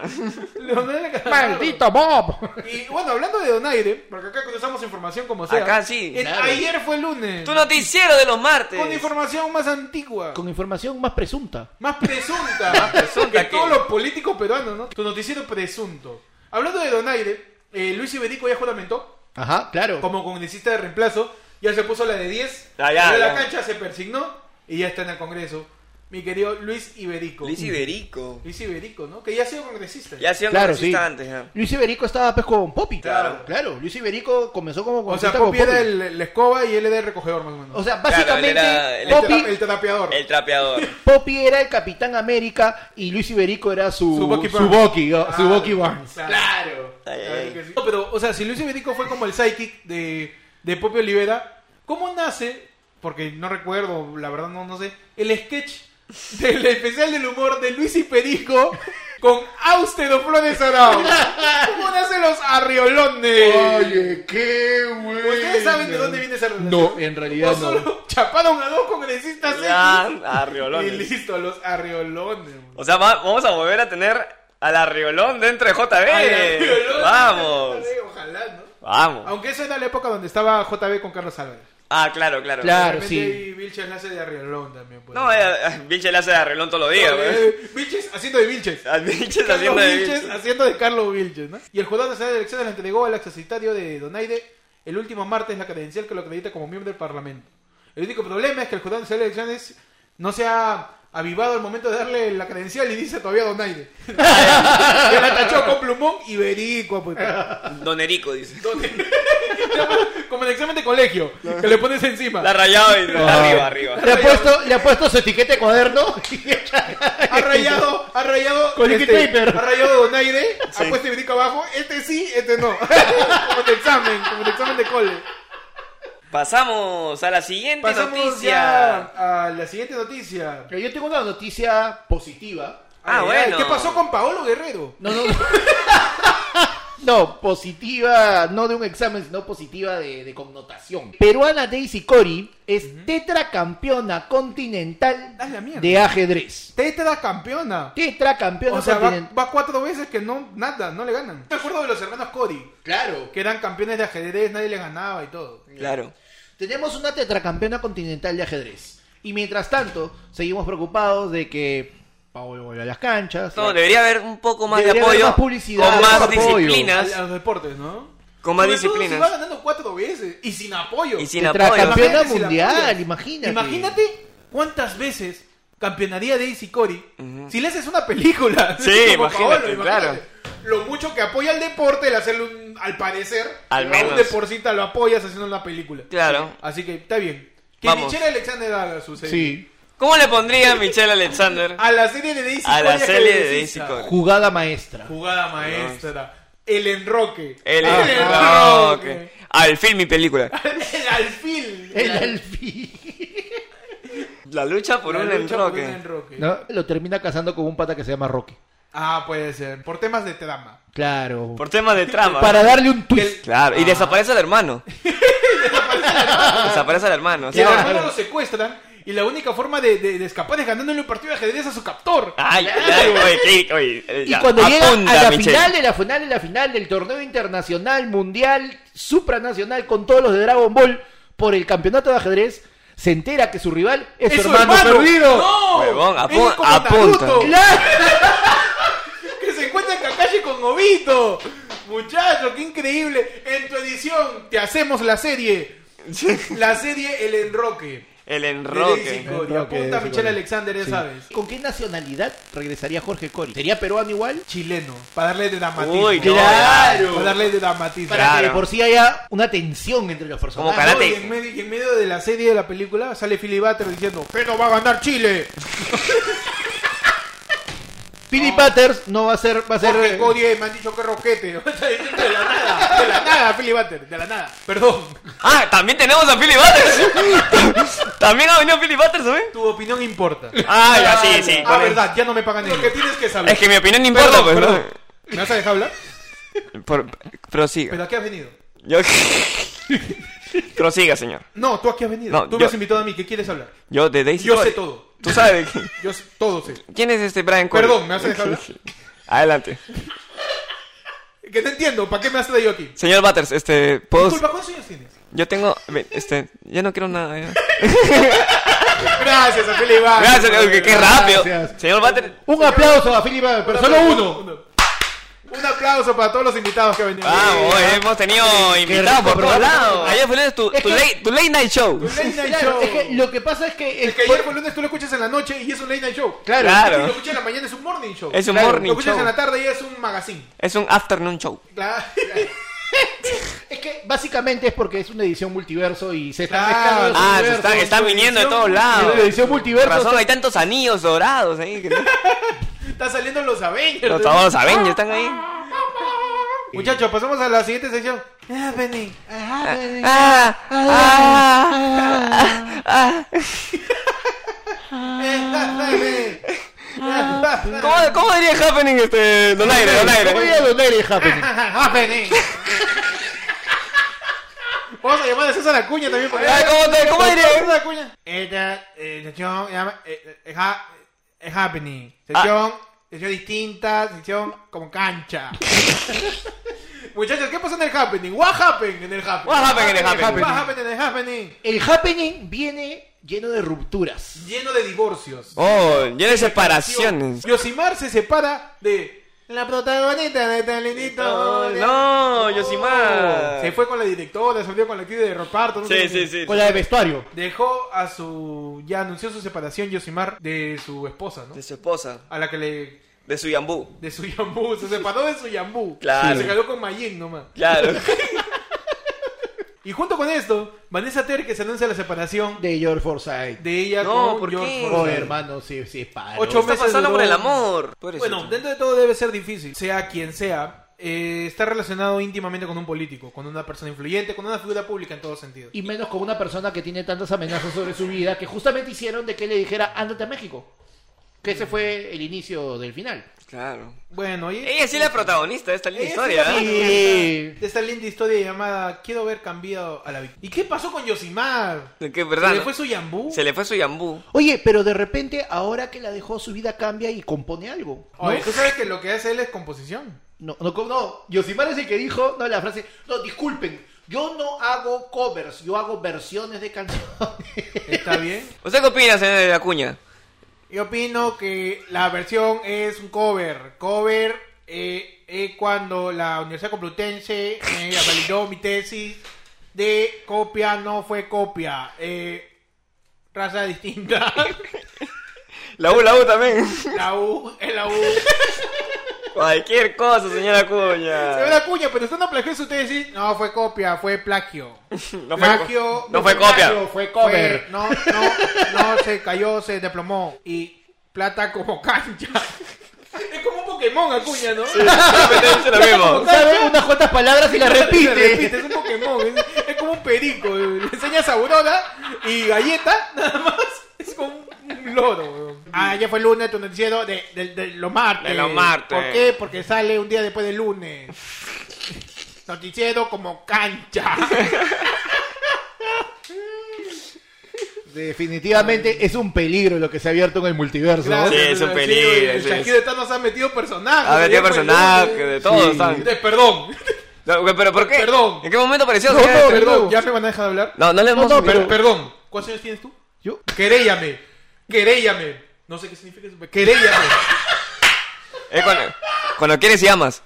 Donaire calamardo.
¡Maldito Bob!
Y bueno, hablando de Donaire, porque acá cruzamos información como sea.
Acá sí,
El-
claro.
Ayer fue el lunes.
Tu noticiero de los martes.
Con información más antigua.
Con información más presunta.
Más presunta.
presunta
que
que-
todos los políticos peruanos, ¿no? Tu noticiero presunto. Hablando de Donaire, eh, Luis Iberico ya juramentó
Ajá, claro.
como congresista de reemplazo. Ya se puso la de 10.
Ah, ya,
salió a la
ya.
cancha, se persignó y ya está en el Congreso. Mi querido Luis Iberico. Mm.
Luis Iberico.
Luis Iberico, ¿no? Que ya ha sido congresista.
Ya ha sido
Claro,
congresista
sí.
antes. ¿eh?
Luis Iberico estaba pues con Poppy.
Claro.
Claro, Luis Iberico comenzó como
o sea,
congresista con
Poppy era
Poppy.
el, la escoba y él era el recogedor, más o menos.
O sea,
Claro,
básicamente
él era el-
el,
Poppy,
tra- el trapeador.
El trapeador.
Poppy era el Capitán América y Luis Iberico era su
Su Bucky
su
Barnes.
Bucky, ¿no? su Bucky Barnes.
Claro.
Ay, ay,
Claro
ay.
que sí. No, pero, o sea, si Luis Iberico fue como el psychic de, de Poppy Olivera, ¿cómo nace? Porque no recuerdo, la verdad no, no sé, el sketch del especial del humor de Luis Iberico con Austero Flores Arau. ¿Cómo nacen los arriolones?
qué bueno.
¿Ustedes saben de dónde viene esa relación?
No, en realidad
O
no.
solo chaparon a dos congresistas
Ya,
X y
arriolones.
listo, los arriolones. man.
O sea, va- vamos a volver a tener al arriolón dentro de JB.
Arriolones.
Eh, Vamos.
Ojalá, ¿no?
Vamos.
Aunque esa era la época donde estaba JB con Carlos Álvarez.
Ah, claro, claro.
Claro.
de repente
sí.
ahí Vilches la hace de Arriolón también. Pues.
No, eh, Vilches le hace de arriolón todos los días, pues. güey.
Eh, Vilches haciendo de Vilches.
A Vilches
Carlos
haciendo de
Vilches
Vilches.
haciendo de Carlos Vilches, ¿no? Y el jurado nacional de elecciones le entregó al accesitario de Donaire el último martes la credencial que lo acredita como miembro del Parlamento. El único problema es que el jurado nacional de elecciones no se ha avivado al momento de darle la credencial y dice todavía Donaire. Se la tachó con plumón iberico, pues.
Don Erico dice.
Como en el examen de colegio, que le pones encima.
La rayado y
Ah.
arriba, arriba.
Le ha puesto, le ha puesto su etiqueta de cuaderno.
ha rayado, ha rayado este,
Con liquid paper.
ha rayado Donaire, ha puesto Iberico abajo, este sí, este no. como de examen, como de examen de cole.
Pasamos a la siguiente
Pasamos
noticia.
ya a la siguiente noticia.
Pero yo tengo una noticia positiva.
Ah,
Ay,
bueno.
ay, ¿Qué pasó con Paolo Guerrero?
No, no, no. No, positiva, no de un examen, sino positiva de, de connotación. Peruana Daisy Cori es tetracampeona continental
Ah, la mierda.
de ajedrez.
Tetra campeona.
Tetracampeona
O sea, va,
continental.
va cuatro veces que no, nada, no le ganan. Me acuerdo de los hermanos Cody,
Claro.
que eran campeones de ajedrez, nadie le ganaba y todo.
Claro.
Tenemos una tetracampeona continental de ajedrez. Y mientras tanto, seguimos preocupados de que Paolo vuelve a las canchas.
No, debería haber un poco más
Debería
de
haber
apoyo.
más publicidad,
con
más
más
apoyo.
A,
disciplinas.
a los deportes, ¿no?
Con más
Sobre todo
disciplinas.
Si va ganando cuatro veces y sin apoyo.
Y sin apoyo.
Tetracampeona
Imagínate si la
mundial,
apoyas.
imagínate.
Imagínate cuántas veces campeonaría Daisy Cory si le haces una película.
Sí,
Como
imagínate, claro.
Lo mucho que apoya al deporte el hacerle un, al parecer,
Al
a un
menos.
deporcista lo apoyas haciendo una película.
Claro.
Así que está bien. Que
Vamos.
Michelle Alexander haga su serie.
Sí.
¿Cómo le pondría Michelle Alexander?
A la serie de Daisy
A la
Cory
serie de
ajedrecista.
Daisy Cory.
Jugada maestra.
Jugada maestra. El enroque.
El
Ah,
Ah, ok. Al film y película.
El alfil.
El alfil.
La lucha por
La
un
lucha por un
enroque.
enroque.
¿no? Lo termina casando con un pata que se llama Rocky.
Ah, puede ser. Por temas de trama.
Claro.
Por temas de trama.
Para darle un twist.
Claro.
Ah.
Y desaparece el hermano. desaparece el hermano.
Si
Sí,
al
Claro.
hermano lo secuestran y la única forma de, de- de escapar es ganándole un partido de ajedrez a su captor.
Ay, ay, oye, qué- oye, eh,
Y
ya,
cuando llega a
apunta,
la
Michelle.
final de la final de la final del torneo internacional, mundial, supranacional con todos los de Dragon Ball por el campeonato de ajedrez, se entera que su rival es, su hermano, perdido.
¡No!
Huevón,
Es
apu-
como
apunta.
Naruto,
Claro.
que se encuentra en Kakashi con Obito. Muchacho, qué increíble. En tu edición te hacemos la serie. La serie El Enroque.
El
Roque.
enroque.
Y apunta a Michelle Alexander, ya
Sí.
sabes.
¿Con qué nacionalidad regresaría Jorge Cori? ¿Sería peruano igual?
Chileno, para darle de dramatismo.
Uy,
claro.
Para darle de dramatismo.
Para que
Claro.
de por sí haya una tensión entre los personajes.
Como karate.
Ah, Y en, medio, y en medio de la serie de la película sale Philly Butter diciendo que no va a ganar Chile.
Philip Butters no va a ser... Va a ser
Jorge
eh,
Codie me han dicho que roquete. O sea, de la nada, de la nada, Philly Butter, de la nada. Perdón.
Ah, también tenemos a Philly Butters. también ha venido Philly Butters, ¿sabes?
Tu opinión importa.
Ah, ya, sí, sí.
Ah, verdad, ya no me pagan Lo que tienes que saber.
Es que mi opinión no importa, pues,
Perdón, ¿Me vas a dejar hablar?
¿no? Por- prosiga.
¿Pero a qué has venido?
Yo... prosiga, señor.
No, tú aquí has venido.
No,
tú me
yo- eh.
has invitado a mí. ¿Qué quieres hablar?
Yo de Daisy
Yo
Joy.
sé todo.
Tú sabes que...
Yo sé- todo sé.
¿Quién es este Brian Corey?
Perdón, ¿me vas a dejar hablar?
Adelante.
Que no entiendo. ¿Para qué me has traído aquí?
Señor Butters, este, ¿puedo...
Disculpa, ¿cuántos años tienes?
Yo tengo, este, ya no quiero nada. ya.
Gracias a Philly Butter.
Ah, Gracias, que, que rápido.
Gracias.
Señor Butters.
Un aplauso a Philip Butters, pero solo uno.
Un aplauso para todos los invitados que han venido.
Vamos, eh, hemos tenido invitados
rico
por todos
programa.
lados. Ayer fue tu,
Es
tu,
que-
late, tu late night show.
Un late night
Claro,
show.
es que lo que pasa es que...
Es que ayer fue lunes, tú lo escuchas en la noche y es un late night show.
Claro.
Si lo
Claro.
escuchas en la mañana es un morning show.
Es un
Claro,
morning
Lo escuchas
show.
en la tarde y es un magazine.
Es un afternoon show.
Claro.
Es que básicamente es porque es una edición multiverso y se está
Claro.
mezclando los
Ah, se
universos.
están, están viniendo de
edición,
todos
Y
lados.
en la edición
Por
multiverso
razón, hay tantos anillos dorados ahí. que-
Está saliendo los Avengers.
Los todos saben, ya están ahí.
Muchachos, pasamos a la siguiente sección. Eh, Happening. Happening.
Ah, ah, ah, ah.
Happening.
¿Cómo, cómo diría happening este donaire,
¿Cómo
donaire?
era Don Aire Happening?
Happening. Vamos a llamar a César Acuña también. por
Ah, ¿cómo te- cómo diría?
César Acuña. Esta eh, sección llama, eh, eh, ha- es happening.
Ah.
Sección, sección distinta, sección como cancha. Muchachos, ¿qué pasó en el happening? What happened en el happening?
What happened in the happening?
What happened in the happening?
El Happening viene lleno de rupturas.
Lleno de divorcios.
Oh, lleno de separaciones.
Yosimar se separa de la protagonista de Talenito.
No, Yosimar.
Se fue con la directora, salió con la actriz de reparto. no sé qué.
Sí, sí, sí.
Con la de vestuario.
Dejó a su. Ya anunció su separación Yosimar de su esposa, ¿no?
De su esposa,
A la que le.
de su yambú.
De su yambú. Se separó de su yambú.
Claro.
Y Se quedó con Mayin nomás.
Claro.
Y junto con esto, Vanessa Terque se anuncia la separación de,
De George Forsyth.
ella
No,
con
¿por
George
qué?
Foreman.
Oh, hermano, sí, sí, es paro.
Ocho
Está
meses
pasando
duró.
por el amor. Tú eres
Bueno,
otro.
dentro de todo debe ser difícil, sea quien sea. eh, está relacionado íntimamente con un político, con una persona influyente, con una figura pública en todo sentido.
Y menos con una persona que tiene tantas amenazas sobre su vida que justamente hicieron de que le dijera, ándate a México. Que ese fue el inicio del final.
Claro.
Bueno, y
Ella sí es la protagonista de esta linda
Ella
historia.
sí es la
¿eh?
protagonista De esta linda historia llamada Quiero ver cambiado a la vida. ¿Y qué pasó con Yosimar?
Que es
¿Se
verdad.
le
¿no?
fue su yambú?
Se le fue su yambú.
Oye, pero de repente, ahora que la dejó, su vida cambia y compone algo. ¿no?
Oye, tú sabes que lo que hace él es composición.
No, no, co- no. Yosimar es el que dijo, no, la frase, no, disculpen, yo no hago covers, yo hago versiones de canciones.
¿Está bien?
¿Usted qué opina, señor de la cuña?
Yo opino que la versión es un cover. Cover eh, es cuando la Universidad Complutense eh, validó mi tesis de copia no fue copia. eh, raza distinta.
La U, la U también.
La U, es la U.
Cualquier cosa, señora cuña.
Se ve la cuña, pero usted no plagió su tesis. No, fue copia, fue plagio.
No fue,
plagio,
co- no fue copia.
plagio. fue cover.
Fue- no, no, no, se cayó, se desplomó. Y plata como cancha. Es como un Pokémon, Acuña, ¿no?
Exactamente lo mismo.
Sabe unas cuantas palabras y las
Se
repite.
es un Pokémon, es, es como un perico. eh, Le enseñas Aurora y galleta, nada más. Es como un loro. weón. Ah, ya fue el lunes tu noticiero de, de, de los martes.
De los martes.
¿Por qué? Porque sale un día después del lunes. Noticiero como cancha.
Definitivamente es un peligro lo que se ha abierto en el multiverso. ¿eh? ¿no?
Sí, es un
Sí,
peligro,
El
sí.
Shakira está nos ha metido personajes.
A ver, Ah, qué
Ya fue el
personaje,
lunes.
de todos
Sí.
¿saben?
De- Perdón,
No, ¿Pero por qué?
Perdón.
¿En qué momento apareció?
No,
señora
no,
de-
perdón, ya me van a dejar de hablar.
No, no le hemos...
No, no,
Per-
pero-
Perdón, ¿cuántos años tienes tú?
Yo-
Queréllame, queréllame. No sé qué significa eso, pero queréllame.
Es cuando, cuando quieres y amas.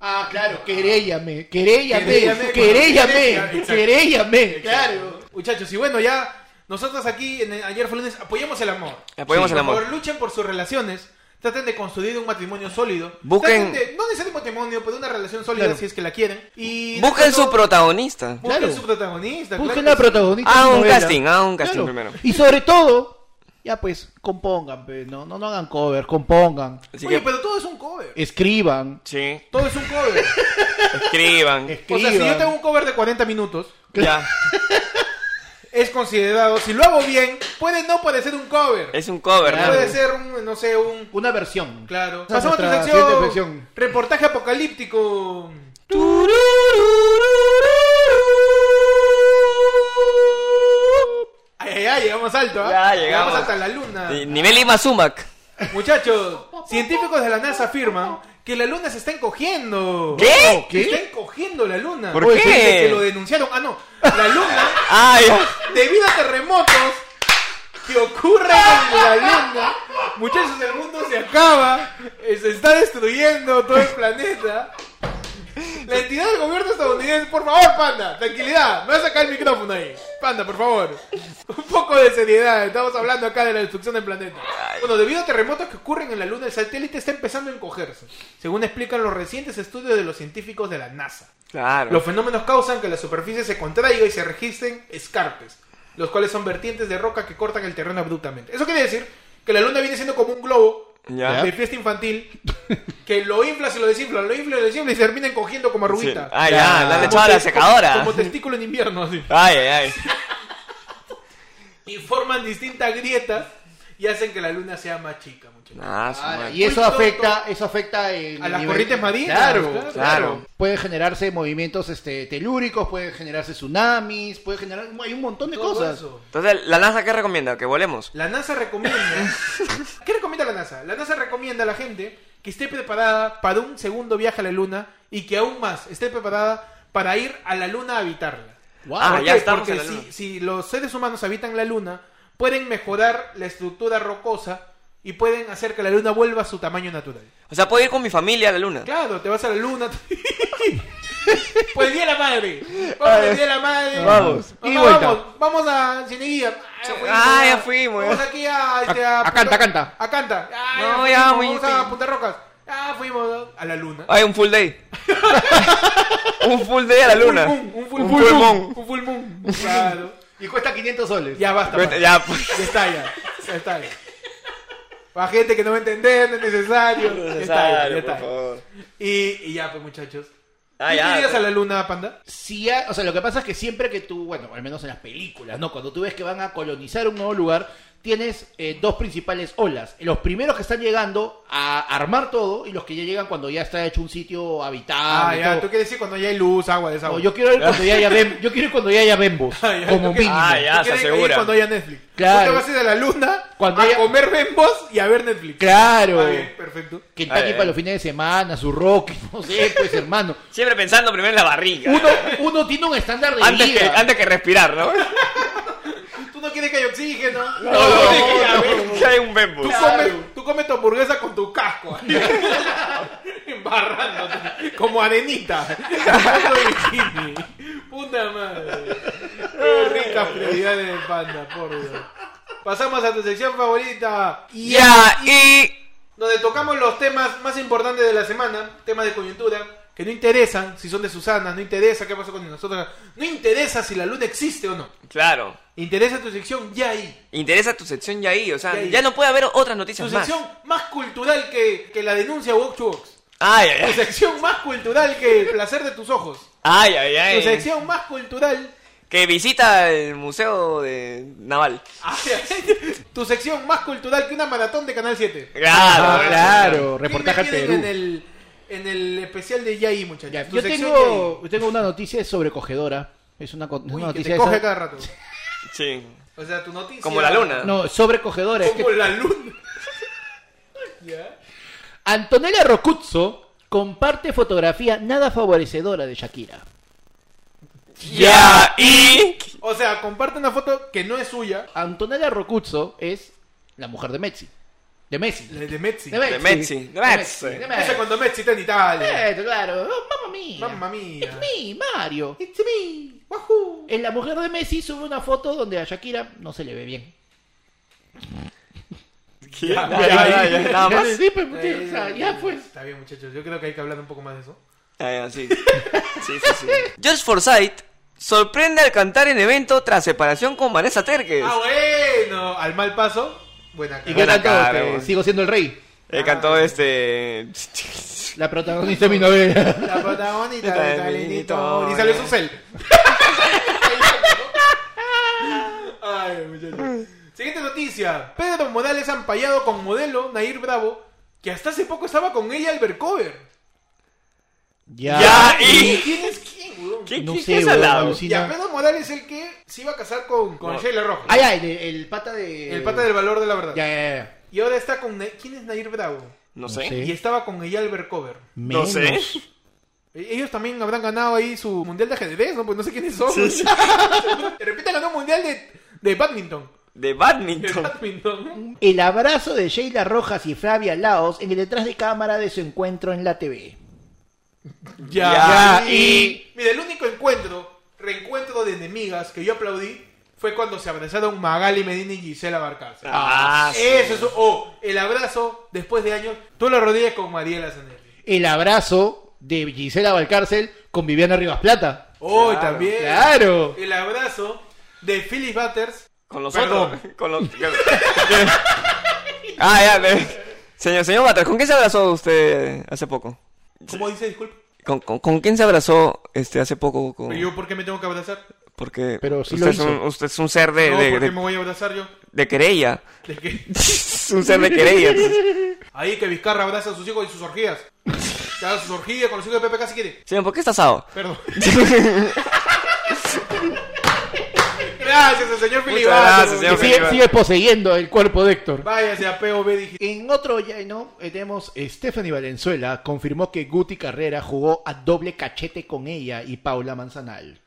Ah, claro, queréllame, queréllame,
Queréllame,
queréllame,
exacto.
queréllame, claro.
Muchachos, y bueno, ya Nosotros aquí, en el- ayer fue lunes, apoyemos el amor.
Apoyemos el amor.
Por favor, luchen por sus relaciones. Traten de construir un matrimonio sólido.
Busquen-
Traten de- no necesariamente matrimonio, pero una relación sólida
Claro.
si es que la quieren. Y
Busquen
no-
su protagonista.
busquen
Claro.
su protagonista. claro
Busquen
que
la
sí.
protagonista.
Ah,
de su
un
novela.
casting, ah, un casting primero.
Y sobre todo, ya pues, compongan, pe, no, no, no hagan cover, compongan,
Así
Oye,
que,
pero todo es un cover.
escriban.
sí,
Todo es un cover.
escriban.
o sea,
escriban.
si yo tengo un cover de 40 minutos,
ya.
es considerado, si lo hago bien, puede no parecer un cover.
Es un cover,
Claro.
Puede ser un, no sé, un...
Una versión.
Claro.
Esa es
Pasamos a
nuestra
otra sección.
siguiente sección.
Reportaje apocalíptico.
¿no?
Ay, ay, ay, llegamos alto, ¿ah?
Ya, llegamos.
hasta la luna.
Eh, Nivel Ima Sumac.
Muchachos, científicos de la NASA afirman que la luna se está encogiendo.
¿Qué?
Que está encogiendo la luna.
¿Por
Oye,
qué?
desde que lo denunciaron. Ah, no. La luna,
Ay,
debido a terremotos que ocurren en la luna, muchachos, el mundo se acaba. eh, Se está destruyendo todo el planeta. La entidad del gobierno estadounidense, por favor, panda, tranquilidad, me vas a sacar el micrófono ahí. Panda, por favor. Un poco de seriedad, estamos hablando acá de la destrucción del planeta. Bueno, debido a terremotos que ocurren en la Luna, el satélite está empezando a encogerse, según explican los recientes estudios de los científicos de la NASA.
claro.
Los fenómenos causan que la superficie se contraiga y se registren escarpes, los cuales son vertientes de roca que cortan el terreno abruptamente. Eso quiere decir que la luna viene siendo como un globo
Ya.
de fiesta infantil que lo inflas y lo desinflas, lo inflas y lo desinflas y se termina encogiendo como arruguita.
Sí. Ah, ya, le han
Como
echado a la
te-
secadora.
Como, como testículo en invierno, así.
Ay, ay, ay.
Y forman distintas grietas y hacen que la luna sea más chica, muchachos.
Ah, su
Ah,
madre.
y eso
Muy tonto.
afecta, eso afecta el
A las
nivel-
corrientes marinas,
Claro,
claro.
claro,
Claro.
Pueden generarse movimientos este, telúricos, pueden generarse tsunamis, puede generar, hay un montón de
Todo
cosas.
eso.
Entonces, ¿la NASA qué recomienda? Que volemos.
La NASA recomienda. ¿Qué recomienda la NASA? La NASA recomienda a la gente que esté preparada para un segundo viaje a la Luna y que aún más esté preparada para ir a la Luna a habitarla.
Wow.
Ah,
¿Por
ya
qué?
estamos
Porque
en la Luna.
si, si los seres humanos habitan la Luna, pueden mejorar la estructura rocosa y pueden hacer que la Luna vuelva a su tamaño natural.
O sea, puedo ir con mi familia a la luna.
Claro, te vas a la Luna. Pues el día de la madre. Vamos el día de la madre.
Vamos.
Mamá,
Y vuelta.
vamos, vamos a Cineguía.
Ah, ya fuimos, ya.
Vamos aquí a, este, a,
A- a Canta, Canta.
A Canta. Ah,
No,
ya
ya,
fuimos.
muy-
Vamos a Punta Rocas. Ah, fuimos a la luna.
Ay, un full day. un full day a la luna.
Un full moon. Un full,
Un
moon,
full moon.
Un full moon. Claro.
Y cuesta 500 soles.
Ya basta.
Cuenta-
pa.
Ya, pues.
Ya está ya. Ya está ya. Para gente que no va a entender, no es necesario. Ya está ya. ya
Necesario,
está
por
ya.
favor.
Y, y ya, pues muchachos.
Ah,
¿Tú
ya,
te irías
pues.
a la luna, panda?
Si ha- o sea, lo que pasa es que siempre que tú, bueno, al menos en las películas, ¿no? Cuando tú ves que van a colonizar un nuevo lugar, tienes eh, dos principales olas. Los primeros que están llegando a armar todo y los que ya llegan cuando ya está hecho un sitio habitado.
Ah,
y
ya,
todo.
tú quieres decir cuando ya hay luz, agua, desagüe.
No, yo quiero ir cuando ya haya bem- yo quiero ir cuando ya haya bembos,
Ah, ya,
como
tú quieres-
mínimo.
Ah, ya.
tú quieres
se
ir
asegura.
cuando haya Netflix.
Claro.
Tú te vas a ir a la luna
Cuando
a
haya-
comer bembos y a ver Netflix.
Claro.
Ah, bien, Eh. perfecto.
Kentucky
Ay, ay.
para los fines de semana, su rock, no sé, pues hermano.
Siempre pensando primero en la barriga.
Uno, uno tiene un estándar de
antes, que,
vida.
antes que respirar, ¿no?
Tú no quieres que haya oxígeno. No,
no,
quieres que haya bembos.
Que hay un bembo.
Tú comes, tú comes tu hamburguesa con tu casco. Embarrándote. Como arenita. Embarrando bikini. Puta madre. Qué ricas prioridades de panda, por Dios. Pasamos a tu sección favorita.
Ya, y...
donde tocamos los temas más importantes de la semana, temas de coyuntura, que no interesan si son de Susana, no interesa qué pasó con nosotros, no interesa si la luna existe o no.
Claro.
Interesa tu sección ya ahí.
Interesa tu sección ya ahí, o sea,
Ya ahí.
ya no puede haber otras
Tu
noticias más.
sección más cultural que, que la denuncia Walk to Box.
Ay, ay,
Tu
ay.
sección más cultural que el placer de tus ojos.
Ay, ay,
Tu
ay.
sección más cultural.
Que visita el museo de Naval.
Tu sección más cultural que una maratón de Canal 7.
Ah,
Claro,
claro,
¿Qué me
reportaje al
piden
Perú.
En el, en el especial de Yaí, muchachos.
Ya,
Tu
yo
sección
tengo, yo tengo una noticia sobrecogedora. Es una, co- es
Yaí.
una
Uy, que
noticia
te
esa-
coge cada rato.
Sí.
O sea, tu noticia.
Como la luna.
No, sobrecogedora. Es que
Como la luna. ¿Ya?
Antonella Rocuzzo comparte fotografía nada favorecedora de Shakira.
Ya, y...
O sea, comparte una foto que no es suya,
Antonella Rocuzzo es la mujer de Messi. De Messi.
la de Messi.
De Messi.
De Messi.
De
Messi.
De
Esa cuando Messi está en Italia.
Eh, claro. Oh, mamma mia.
Mamma mia.
It's me, Mario.
It's me. ¡Wahoo!
En la mujer de Messi sube una foto donde a Shakira no se le ve bien.
Ya,
Ya, ya,
ya, Eh,
ya, nada más.
Sí, pues, tío, o sea, ya pues.
Está bien, muchachos. Yo creo que hay que hablar un poco más de eso.
Ah, ya, sí. Sí, sí, sí. George Forsyth sorprende al cantar en evento tras separación con Vanessa Terkes.
Ah, bueno. Al mal paso. Buena
¿Y
cara.
qué
Buena
tal todo?
cara,
Que
weón.
este, Sigo siendo el rey.
Él cantó este.
La protagonista de mi novela.
La protagonista de
Está bien,
Talenito. Y
bonito,
salió
eh.
su cel. Ay, muchachos. Siguiente noticia. Pedro Morales ampallado con modelo Nair Bravo, que hasta hace poco estaba con ella al Bercover.
Ya.
Ya, y.
¿Quién es quién, weón?
¿Qué,
No
qué-
sé,
qué es
weón,
al lado?
alucina.
Ya, Pedro Morales es el que se iba a casar con, con
No.
Sheila Rojas.
Ah, ya, el, el pata de.
El pata del valor de la verdad.
Ya, ya, ya.
Y ahora está con... Na- ¿Quién es Nair Bravo?
No sé.
sé. ¿Sí?
Y estaba con ella al Bercover.
No sé.
Menos.
E- Ellos también habrán ganado ahí su mundial de ajedrez, ¿no? Pues no sé quiénes son.
Sí, sí.
De repente ganó un mundial de, de badminton.
De
De
badminton.
badminton.
El abrazo de Sheila Rojas y Flavia Laos en el detrás de cámara de su encuentro en la TV.
Ya.
Ya, y-
Mira, el único encuentro, reencuentro de enemigas que yo aplaudí fue cuando se abrazaron Magali Medina y Gisela Barcarza.
Ah, sí.
Eso es. O el abrazo después de años. Tú la rodillas con Mariela Zanetti.
El abrazo de Gisela Valcárcel con Viviana Rivas Plata.
Oh,
Claro,
también.
Claro.
El abrazo de Phyllis Butters.
Con los
Perdón.
otros. Con los. ah, ya, de- Señor, señor Batres, ¿con quién se abrazó usted hace poco?
¿Cómo dice? Disculpe.
¿Con, con, con quién se abrazó este hace poco? Con-
Pero yo, ¿por qué me tengo que abrazar?
Porque
Pero sí
usted,
lo
es un,
hizo.
usted es un ser de,
No,
de-
¿por qué
de-
me voy a abrazar yo?
de querella.
¿De qué?
es un ser de querella. entonces.
Ahí que Vizcarra abraza a sus hijos y sus orgías. Que haga sus orgías con los hijos de PPK si quiere.
Señor, ¿por qué está asado?
Perdón. gracias al señor Filipe.
gracias,
Que
señor
sigue,
Felipe.
sigue poseyendo el cuerpo de Héctor.
Váyase a POV digital.
En otro lleno eh, tenemos Stephanie Valenzuela confirmó que Guti Carrera jugó a doble cachete con ella y Paula Manzanal.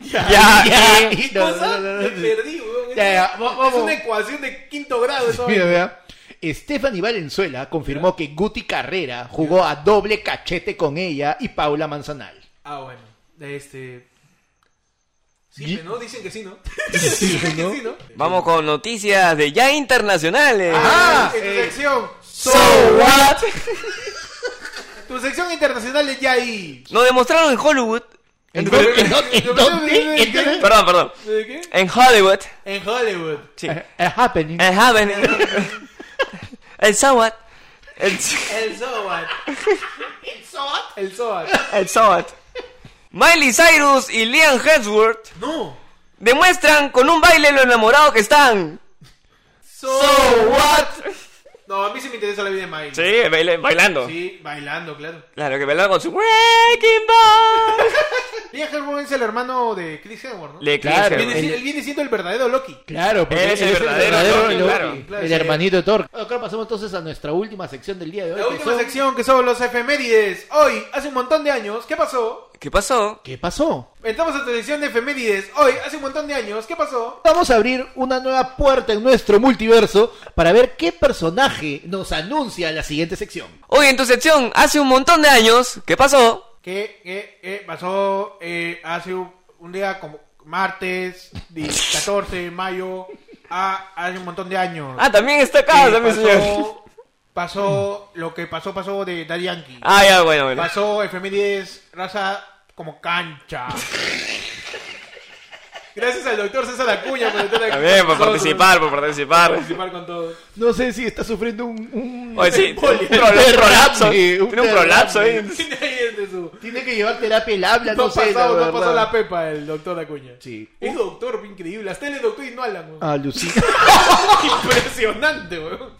Ya,
Ya,
eh.
y- no,
Cosa,
no, no, no,
me
no.
perdí, weón.
Ya, ya,
es,
vamos.
es una ecuación de quinto grado eso.
Mira, vea. Stephanie Valenzuela confirmó que Guti Carrera jugó a doble cachete con ella y Paula Manzanal.
Ah, bueno. Este. Sí,
¿Y?
pero ¿no? Dicen que sí, ¿no? Dicen que sí, ¿no?
Vamos con noticias de ya internacionales.
Ah,
Ah,
en tu
eh.
sección.
So what?
Tu sección internacional de Yai.
Lo demostraron en Hollywood.
¿En
¿En
dónde?
dónde?
¿En dónde? ¿En dónde?
Perdón, perdón.
¿De qué?
En Hollywood.
En Hollywood.
Sí.
Eh, eh, happening.
En Haven. El Sawat. El,
El Sobat. ¿El Sobat? El Sobat.
el Sawat. Miley Cyrus y Liam Hemsworth
No.
demuestran con un baile lo enamorados que están.
So
what?
No, a mí sí me interesa la vida de Miley.
Sí, baile- bailando.
Sí, bailando, claro.
Claro, que bailando con su Breaking Ball.
Liam Hemsworth es el hermano de Chris Hemsworth, ¿no?
Le eh.
Claro.
claro,
Viene si- él viene siendo el verdadero Loki.
Claro, porque
Él es el verdadero Loki, claro.
Claro,
el
sí.
hermanito de Thor. Acá pasamos entonces a nuestra última sección del día de hoy.
La
que
última
son-
sección que son los efemérides. Hoy, hace un montón de años, ¿qué pasó?
¿Qué pasó?
¿Qué pasó?
Entramos a tu sección de efemérides. Hoy, hace un montón de años, ¿qué pasó?
Vamos a abrir una nueva puerta en nuestro multiverso para ver qué personaje nos anuncia la siguiente sección.
Hoy en tu sección, hace un montón de años, ¿qué pasó?
¿Qué, qué, qué pasó eh, hace un, un día como martes, di- 14 de mayo, a, hace un montón de años?
Ah, también está
Que
acá, también, señor.
pasó, pasó lo que pasó, pasó de Daddy Yankee.
Ah, ya, bueno, bueno.
Pasó efemérides, raza como cancha. Gracias al doctor César Acuña por estar aquí.
También, por
con nosotros.
participar, por
Por
participar.
participar con todos.
No sé si está sufriendo un... un-
Oye, sí,
Poli-
un prol-
un
prolapso.
derrame, un
Tiene un prolapso ahí.
Tiene ahí entre su-
Tiene que llevar terapia el habla,
No,
no, sé.
pasó,
la
no pasó
verdad.
la pepa el doctor Acuña.
Sí.
Es doctor, increíble. Hasta él es doctor y no Alan. weón.
Ah, Lucía.
Impresionante, weón.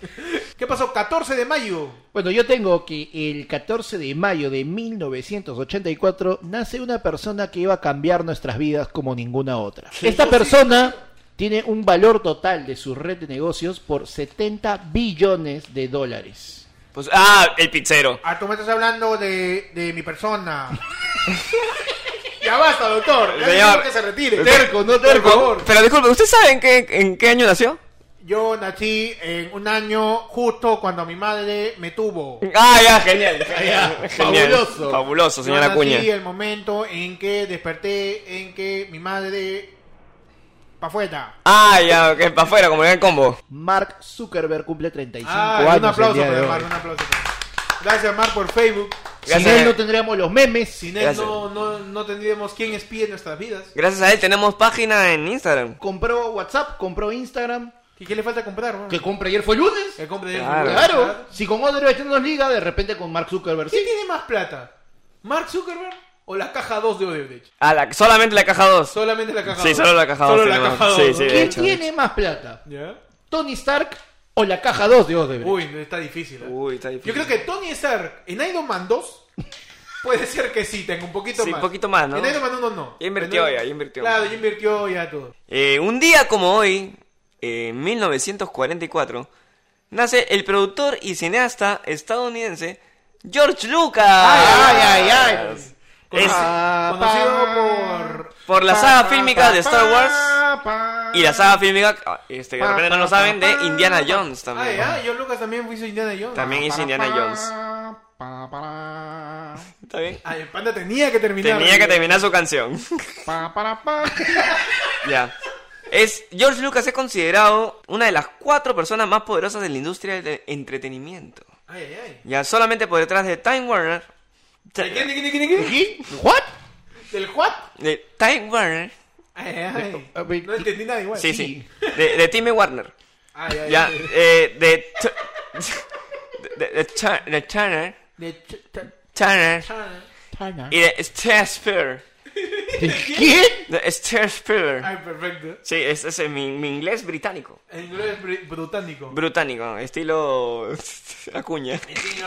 ¿Qué pasó? 14 de mayo.
Bueno, yo tengo que el 14 de mayo de 1984 nace una persona que iba a cambiar nuestras vidas como ninguna otra. Esta persona tiene un valor total de su red de negocios por 70 billones de dólares.
Pues, ah, el pizzero.
Ah, tú me estás hablando de, de mi persona. ya basta, doctor. Ya
Señor.
necesito que se retire.
Terco,
no terco. Por favor.
Pero disculpe, ¿ustedes saben qué, en qué año nació?
Yo nací en un año justo cuando mi madre me tuvo. Eh,
Ah, ya, genial.
ya,
Ah, genial.
fabuloso.
Fabuloso, señora
Yo nací
Cuña.
el momento en que desperté, en que mi madre... Pa' fuera.
Ah, ya, que para afuera, como en el combo.
Mark Zuckerberg cumple 35
Ah,
años.
un aplauso
el día
para
de
Mar,
hoy.
un aplauso. para- Gracias Mar por Facebook.
Sin
Gracias.
él no tendríamos los memes.
Sin él
Gracias.
no, no, no tendríamos quién espía en nuestras vidas.
Gracias a él tenemos página en Instagram.
Compró WhatsApp, compró Instagram.
¿Y qué le falta comprar? weón?
Que compra ayer fue lunes.
Que compre de
Claro.
Eh, Claro. Si con Odebrecht no nos liga, de repente con Mark Zuckerberg.
¿Quién
Sí.
tiene más plata? ¿Mark Zuckerberg o la caja 2 de Odebrecht?
Ah, la, solamente la caja 2.
Solamente la caja
Sí,
2.
solo la caja
Solo
2
la
tenemos.
caja 2.
Sí,
¿no?
sí.
¿Quién
hecho.
tiene más plata?
¿Ya?
¿Tony Stark o la caja 2 de Odebrecht?
Uy, está difícil. ¿eh?
Uy, está
Yo
difícil.
creo que Tony Stark en Iron Man 2 puede ser que sí, tenga un poquito
Sí,
más.
un poquito más, ¿no?
En Iron Man 1 no.
Ya invirtió
Pero-
ya, ya invirtió.
Claro, ya invirtió ya todo.
Eh, un día como hoy, eh, en 1944, nace el productor y cineasta estadounidense George Lucas.
Ay, ay, ay, ay.
Es-
Ah,
Conocido
pa.
por...
por la saga fílmica de Star Wars y la saga fílmica, ah, este, que de
Pa,
repente no
pa,
lo saben, de
pa, pa.
Indiana Jones
Ah,
también.
ya, John Lucas también hizo Indiana Jones.
También hizo Indiana Jones.
Jones.
Está bien.
Ay, el panda tenía que terminar.
Tenía que terminar su canción. Ya. Es, George Lucas es considerado una de las cuatro personas más poderosas de la industria del entretenimiento.
Ay, ay, ay.
Ya solamente por detrás de Time Warner.
¿De quién, de quién, de quién, de quién?
¿What?
¿Del Juan?
de Time Warner.
Ay, ay,
A
ay.
ver,
No
¿qué-
entendí nada igual.
Sí, sí.
sí.
De, de Timmy Warner.
Ay, ay,
Ya.
ay.
eh, de, de, de, de Cha- de Turner.
De ch- ch-
Turner.
ch-
Y de Star Spear.
¿Quién?
De Star Spear.
Ay, perfecto.
Sí, ese es, mi, mi inglés británico.
En inglés br- británico.
Británico, estilo Acuña.
Vecino.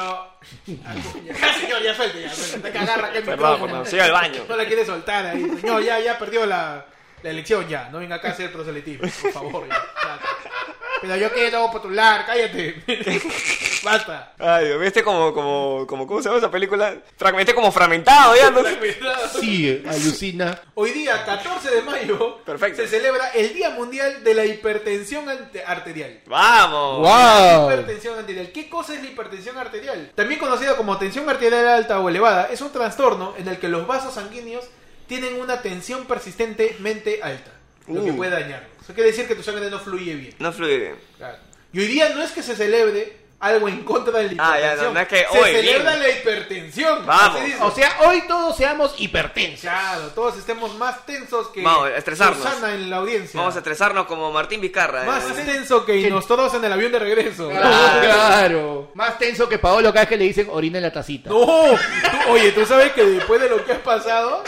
Acuña. Ya, señor, Ah, ya suelte, ya suelte. Te agarra aquel
Perdón,
micrófono.
perdón, sigo al baño.
No la quiere soltar ahí. Señor, ya, ya perdió la, la elección, ya. No venga acá a hacer proselitismo, por favor. ya. Ya. Pero yo quiero postular, cállate. Basta.
Ay, Dios mío, este como, como, como, ¿cómo se llama esa película? Fragment- este como fragmentado, ya. ¿no?
Sí, alucina.
Hoy día, 14 de mayo,
Perfecto.
se celebra el Día Mundial de la Hipertensión Ante- Arterial.
Vamos.
¡Wow!
Hipertensión arterial. ¿Qué cosa es la hipertensión arterial? También conocida como tensión arterial alta o elevada, es un trastorno en el que los vasos sanguíneos tienen una tensión persistentemente alta, lo que
Uh.
puede dañarlos. Eso quiere decir que tu sangre no fluye bien.
No fluye bien.
Claro. Y hoy día no es que se celebre algo en contra de la
Ah,
hipertensión.
ya, no, no es que
se
hoy,
celebra
bien.
la hipertensión.
Vamos.
Así dice.
O sea, hoy todos seamos hipertensos.
Claro, todos estemos más tensos que
Vamos, a estresarnos.
Susana en la audiencia.
Vamos a estresarnos como Martín Vizcarra.
más
eh.
tenso que Inostoros en el avión de regreso.
Claro. claro. Más tenso que Paolo cada vez que le dicen orina en la tacita.
No, tú- oye, tú sabes que después de lo que has pasado,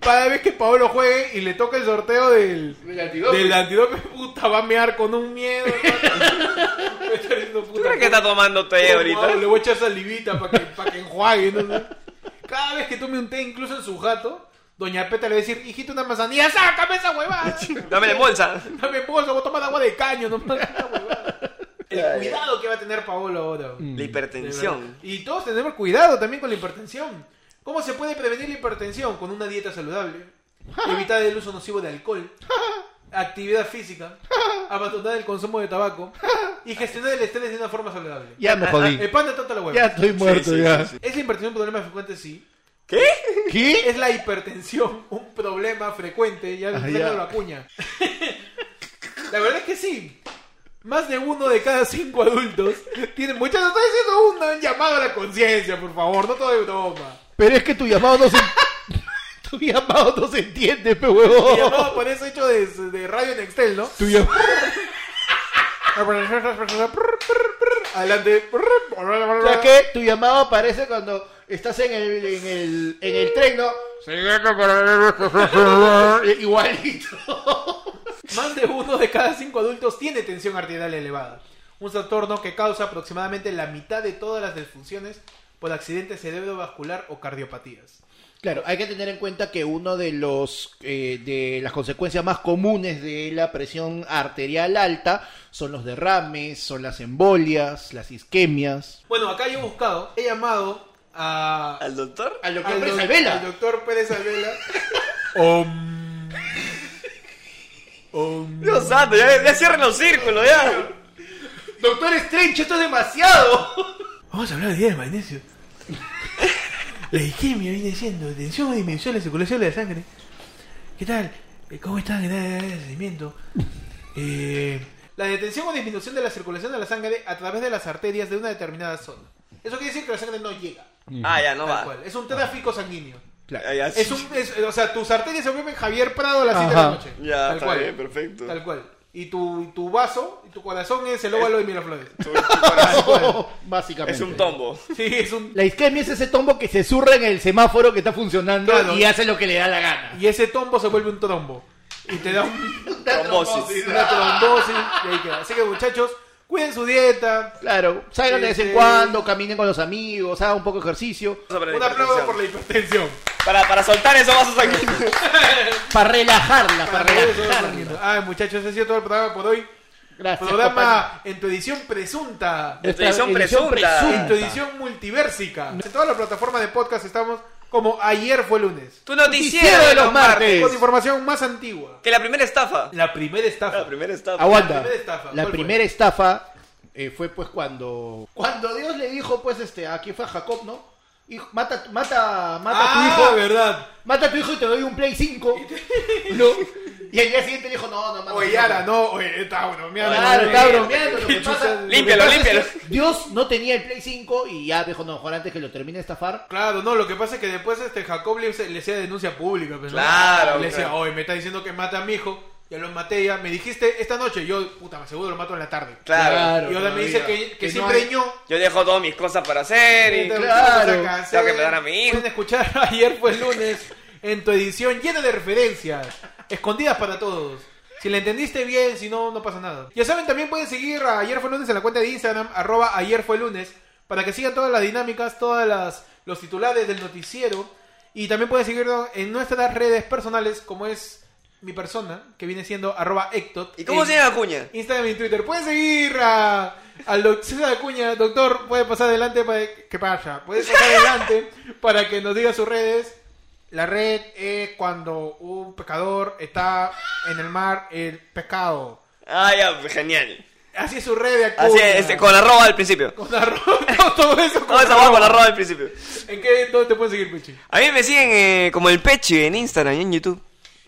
cada vez que Pablo juegue y le toca el sorteo del,
Del antidope.
del antidope, puta, va a mear con un miedo. hermano. Va a estar diciendo,
¿Tú
puta,
crees que está tomando té
¿cómo hago?
ahorita?
Le voy a echar salivita para que, pa' que enjuague. ¿no? Cada vez que tome un té, incluso en su jato, Doña Peta le va a decir, hijito, una manzanilla, sácame esa huevada.
Dame la bolsa.
Dame bolsa, voy a tomar agua de caño, no mames, esa huevada. El cuidado que va a tener Paolo ahora.
La hipertensión.
Y todos tenemos cuidado también con la hipertensión. ¿Cómo se puede prevenir la hipertensión? Con una dieta saludable, evitar el uso nocivo de alcohol, actividad física, abandonar el consumo de tabaco y gestionar el estrés de una forma saludable.
Ya me jodí.
El pan de tonta la hueva.
Ah, Ya estoy muerto
sí,
ya.
sí,
¿Es la hipertensión un problema frecuente? Sí.
¿Qué?
¿Qué?
¿Es la hipertensión un problema frecuente? Ya
Ah,
Fernando
ya.
lo acuña. la verdad es que sí. Más de uno de cada cinco adultos tiene muchachos. Estoy haciendo un- un llamado a la conciencia, por favor, no todo de broma.
Pero es que tu llamado no se... tu llamado no se entiende, pe
Me
huevón.
llamaba por eso hecho de, de Radio Nextel, ¿no?
Tu llamado...
Adelante.
O sea que tu llamado aparece cuando estás en el, en el, en el tren, ¿no? Igualito.
Más de uno de cada cinco adultos tiene tensión arterial elevada. Un trastorno que causa aproximadamente la mitad de todas las disfunciones por accidente cerebrovascular o cardiopatías.
Claro, hay que tener en cuenta que uno de los eh, de las consecuencias más comunes de la presión arterial alta son los derrames, son las embolias, las isquemias.
Bueno, acá yo he buscado, he llamado a.
¿Al doctor?
A lo que
al
hombre
doc-
Salvela.
al doctor Pérez Alvela.
Dios santo, ya, ya cierren los círculos, ya.
Doctor Strange, esto es demasiado.
Vamos a hablar de día de magnesio. La isquemia viene siendo tensión o disminución de la circulación de la sangre. ¿Qué tal? Eh, ¿Cómo están? ¿Qué tal el seguimiento? Eh, la detención o disminución de la circulación de la sangre a través de las arterias de una determinada zona. Eso quiere decir que la sangre no llega.
Ah, ya, no
tal
va. Ah.
cual. Es un tráfico sanguíneo.
Ya, ya,
Es
sí.
un, es- o sea, tus arterias se vuelven Javier Prado a las 7 de
Ajá.
la noche.
Ya, está bien, perfecto.
Tal cual. Y tu, tu vaso, y tu corazón es el óvalo de Miraflores.
Básicamente.
Es un tombo.
Sí, es un...
La isquemia es ese tombo que se surra en el semáforo que está funcionando
Claro.
y hace lo que le da la gana.
Y ese tombo se vuelve un trombo. Y te da un-
Trombosis.
una trombosis. Y ahí queda. Así que muchachos, cuiden su dieta.
Claro, salgan de vez en
Este-
cuando, caminen con los amigos, hagan un poco de ejercicio.
Sobre la
Un aplauso
hipertensión.
por la hipertensión.
Para, para soltar esos vasos sanguíneos.
Para relajarla, para, relajarla.
Ah, muchachos, ese ha sido todo el programa por hoy.
Gracias. papá.
Programa en tu edición presunta.
En tu edición
Edición
presunta.
En tu edición multiversica. En todas las plataformas de podcast estamos como ayer fue lunes.
Tu noticiero de los martes.
Con información más antigua.
Que la primera estafa.
La primera estafa.
La primera estafa.
Aguanta.
La primera estafa,
La
¿cuál
primera estafa, eh, fue pues cuando. Cuando Dios le dijo, pues, este, aquí fue a Jacob, ¿no? Hijo, mata, mata, mata
ah,
a tu hijo.
verdad.
Mata a tu hijo y te doy un Play 5. ¿no? Y al día siguiente le dijo, no, no, mata.
Oye, Ara, no, oye, está bueno, mira,
Claro,
no,
está
no,
bromeando, lo que
chucha,
pasa-
lo que
Límpialo,
pasa es
límpialo.
que-
Dios no tenía el Play 5 y ya dijo, no, mejor antes que lo termine de estafar.
Claro, no, lo que pasa es que después este Jacob le, le hacía denuncia pública. pues, ¿no?
Claro,
Le decía,
claro.
oye, me está diciendo que mata a mi hijo, ya lo maté ya, me dijiste esta noche, yo, puta, me seguro lo mato en la tarde.
Claro.
y ahora me
todavía.
dice que, que,
no
siempre
hay-
ño.
Yo dejo todas mis cosas para hacer y...
Claro.
Tengo que pegar a mi hijo.
Pueden escuchar ayer fue el lunes en tu edición llena de referencias, escondidas para todos. Si la entendiste bien, si no, no pasa nada. Ya saben, también pueden seguir a Ayer fue el lunes en la cuenta de Instagram, arroba ayer fue el lunes, para que sigan todas las dinámicas, todas las los titulares del noticiero. Y también pueden seguirnos en nuestras redes personales, como es mi persona, que viene siendo arroba Ectot.
¿Y cómo
en
se llama Acuña?
Instagram y Twitter. Pueden seguir a, al doctor César Acuña. Doctor, puede pasar adelante para que pasa. Puede pasar adelante para que nos diga sus redes. La red es cuando un pescador está en el mar, el pescado.
Ah, ya, pues, genial.
Así es su red de Acuña.
Así es, este, con arroba al principio.
Con arroz, con todo eso. con
Todo esa va
arroz.
con arroba al principio.
¿En qué dónde te pueden seguir, Pichi?
A mí me siguen eh, como el Peche en Instagram y en YouTube.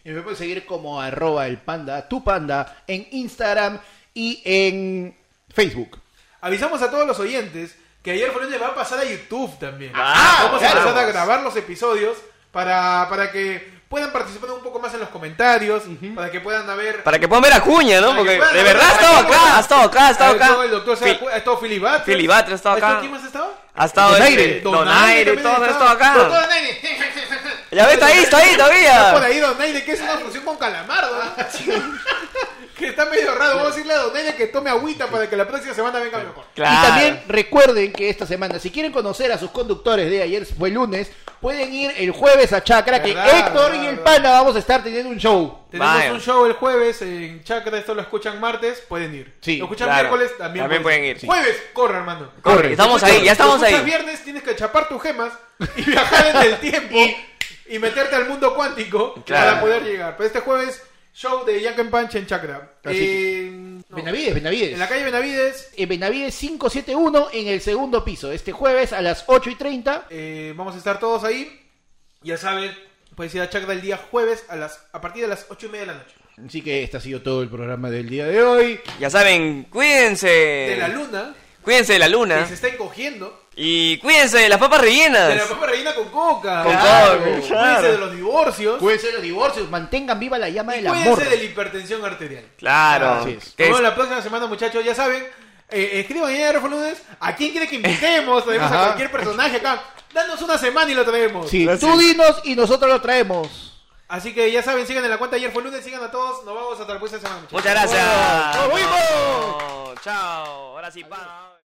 Y me pueden seguir como arroba el panda, tu panda, en Instagram y en Facebook.
Avisamos a todos los oyentes que ayer por ende va a pasar a YouTube también.
Ah,
Vamos a
claro.
empezar a grabar los episodios para, para que puedan participar un poco más en los comentarios, para que puedan haber...
Para que puedan ver a Acuña, ¿no?
para que
Porque
puedan
de
haber-
verdad ha estado
para que
acá,
puedan-
ha estado acá, ha estado
Ha estado el doctor,
acá.
Saracue- ha estado Philly Butler.
Philly Butler ha estado
¿Ha estado-
acá.
¿Quién más ha estado?
Ha estado
Donaire.
este, Donaire,
también
todo
ha
ha estado
Doctor
acá.
Donaire.
Ya ves, está ahí, está ahí
Está por
todavía. Ah,
ahí Donaire, que es una fusión con calamardo. que está medio raro. Vamos a decirle a Donaire que tome agüita para que la próxima semana venga mejor.
Claro.
Y también recuerden que esta semana, si quieren conocer a sus conductores de ayer fue lunes, pueden ir el jueves a Chacra, que
Verdad,
Héctor
verdad,
y el
verdad.
Panda vamos a estar teniendo un show.
Tenemos
Vaya.
un show el jueves en Chacra, esto lo escuchan martes, pueden ir.
Sí,
lo escuchan
claro.
miércoles, también,
También pueden ir, sí.
Jueves, corre, hermano.
Corre, estamos ahí, ya estamos
Lo escuchas
ahí.
viernes tienes que chapar tus gemas y viajar en el tiempo y, meterte al mundo cuántico
Claro.
para poder llegar. Pero este jueves, show de Jack and Punch en Chacra.
Así
En- no,
Benavides, Benavides.
en la calle Benavides,
En Benavides 571 en el segundo piso, este jueves a las 8 y 30.
eh, vamos a estar todos ahí. Ya saben, puedes ir a Chacra el día jueves a, las, a partir de las 8 y media de la noche.
Así que este ha sido todo el programa del día de hoy.
Ya saben, cuídense.
De la luna,
Cuídense de la
que
Eh, luna.
se está encogiendo.
Y cuídense de las papas
De la
rellenas.
papa rellena con coca.
Con coca,
Claro.
Cuídense de
claro.
los divorcios.
Cuídense de los divorcios, mantengan viva la llama del amor.
Cuídense de la hipertensión arterial.
Claro.
Así es.
Que
Nos vemos
es-
la próxima semana, muchachos. Ya saben, eh, escriban en el lunes a quién quiere que invitemos. Traemos a
Ajá.
cualquier personaje acá. Danos una semana y lo traemos.
Sí,
Gracias.
tú dinos y nosotros lo traemos.
Así que ya saben, sigan en la cuenta ayer fue lunes, sigan a todos. Nos vemos hasta la próxima semana, muchachos.
Muchas gracias.
¡Nos vemos!
Chao. Ahora sí, pa.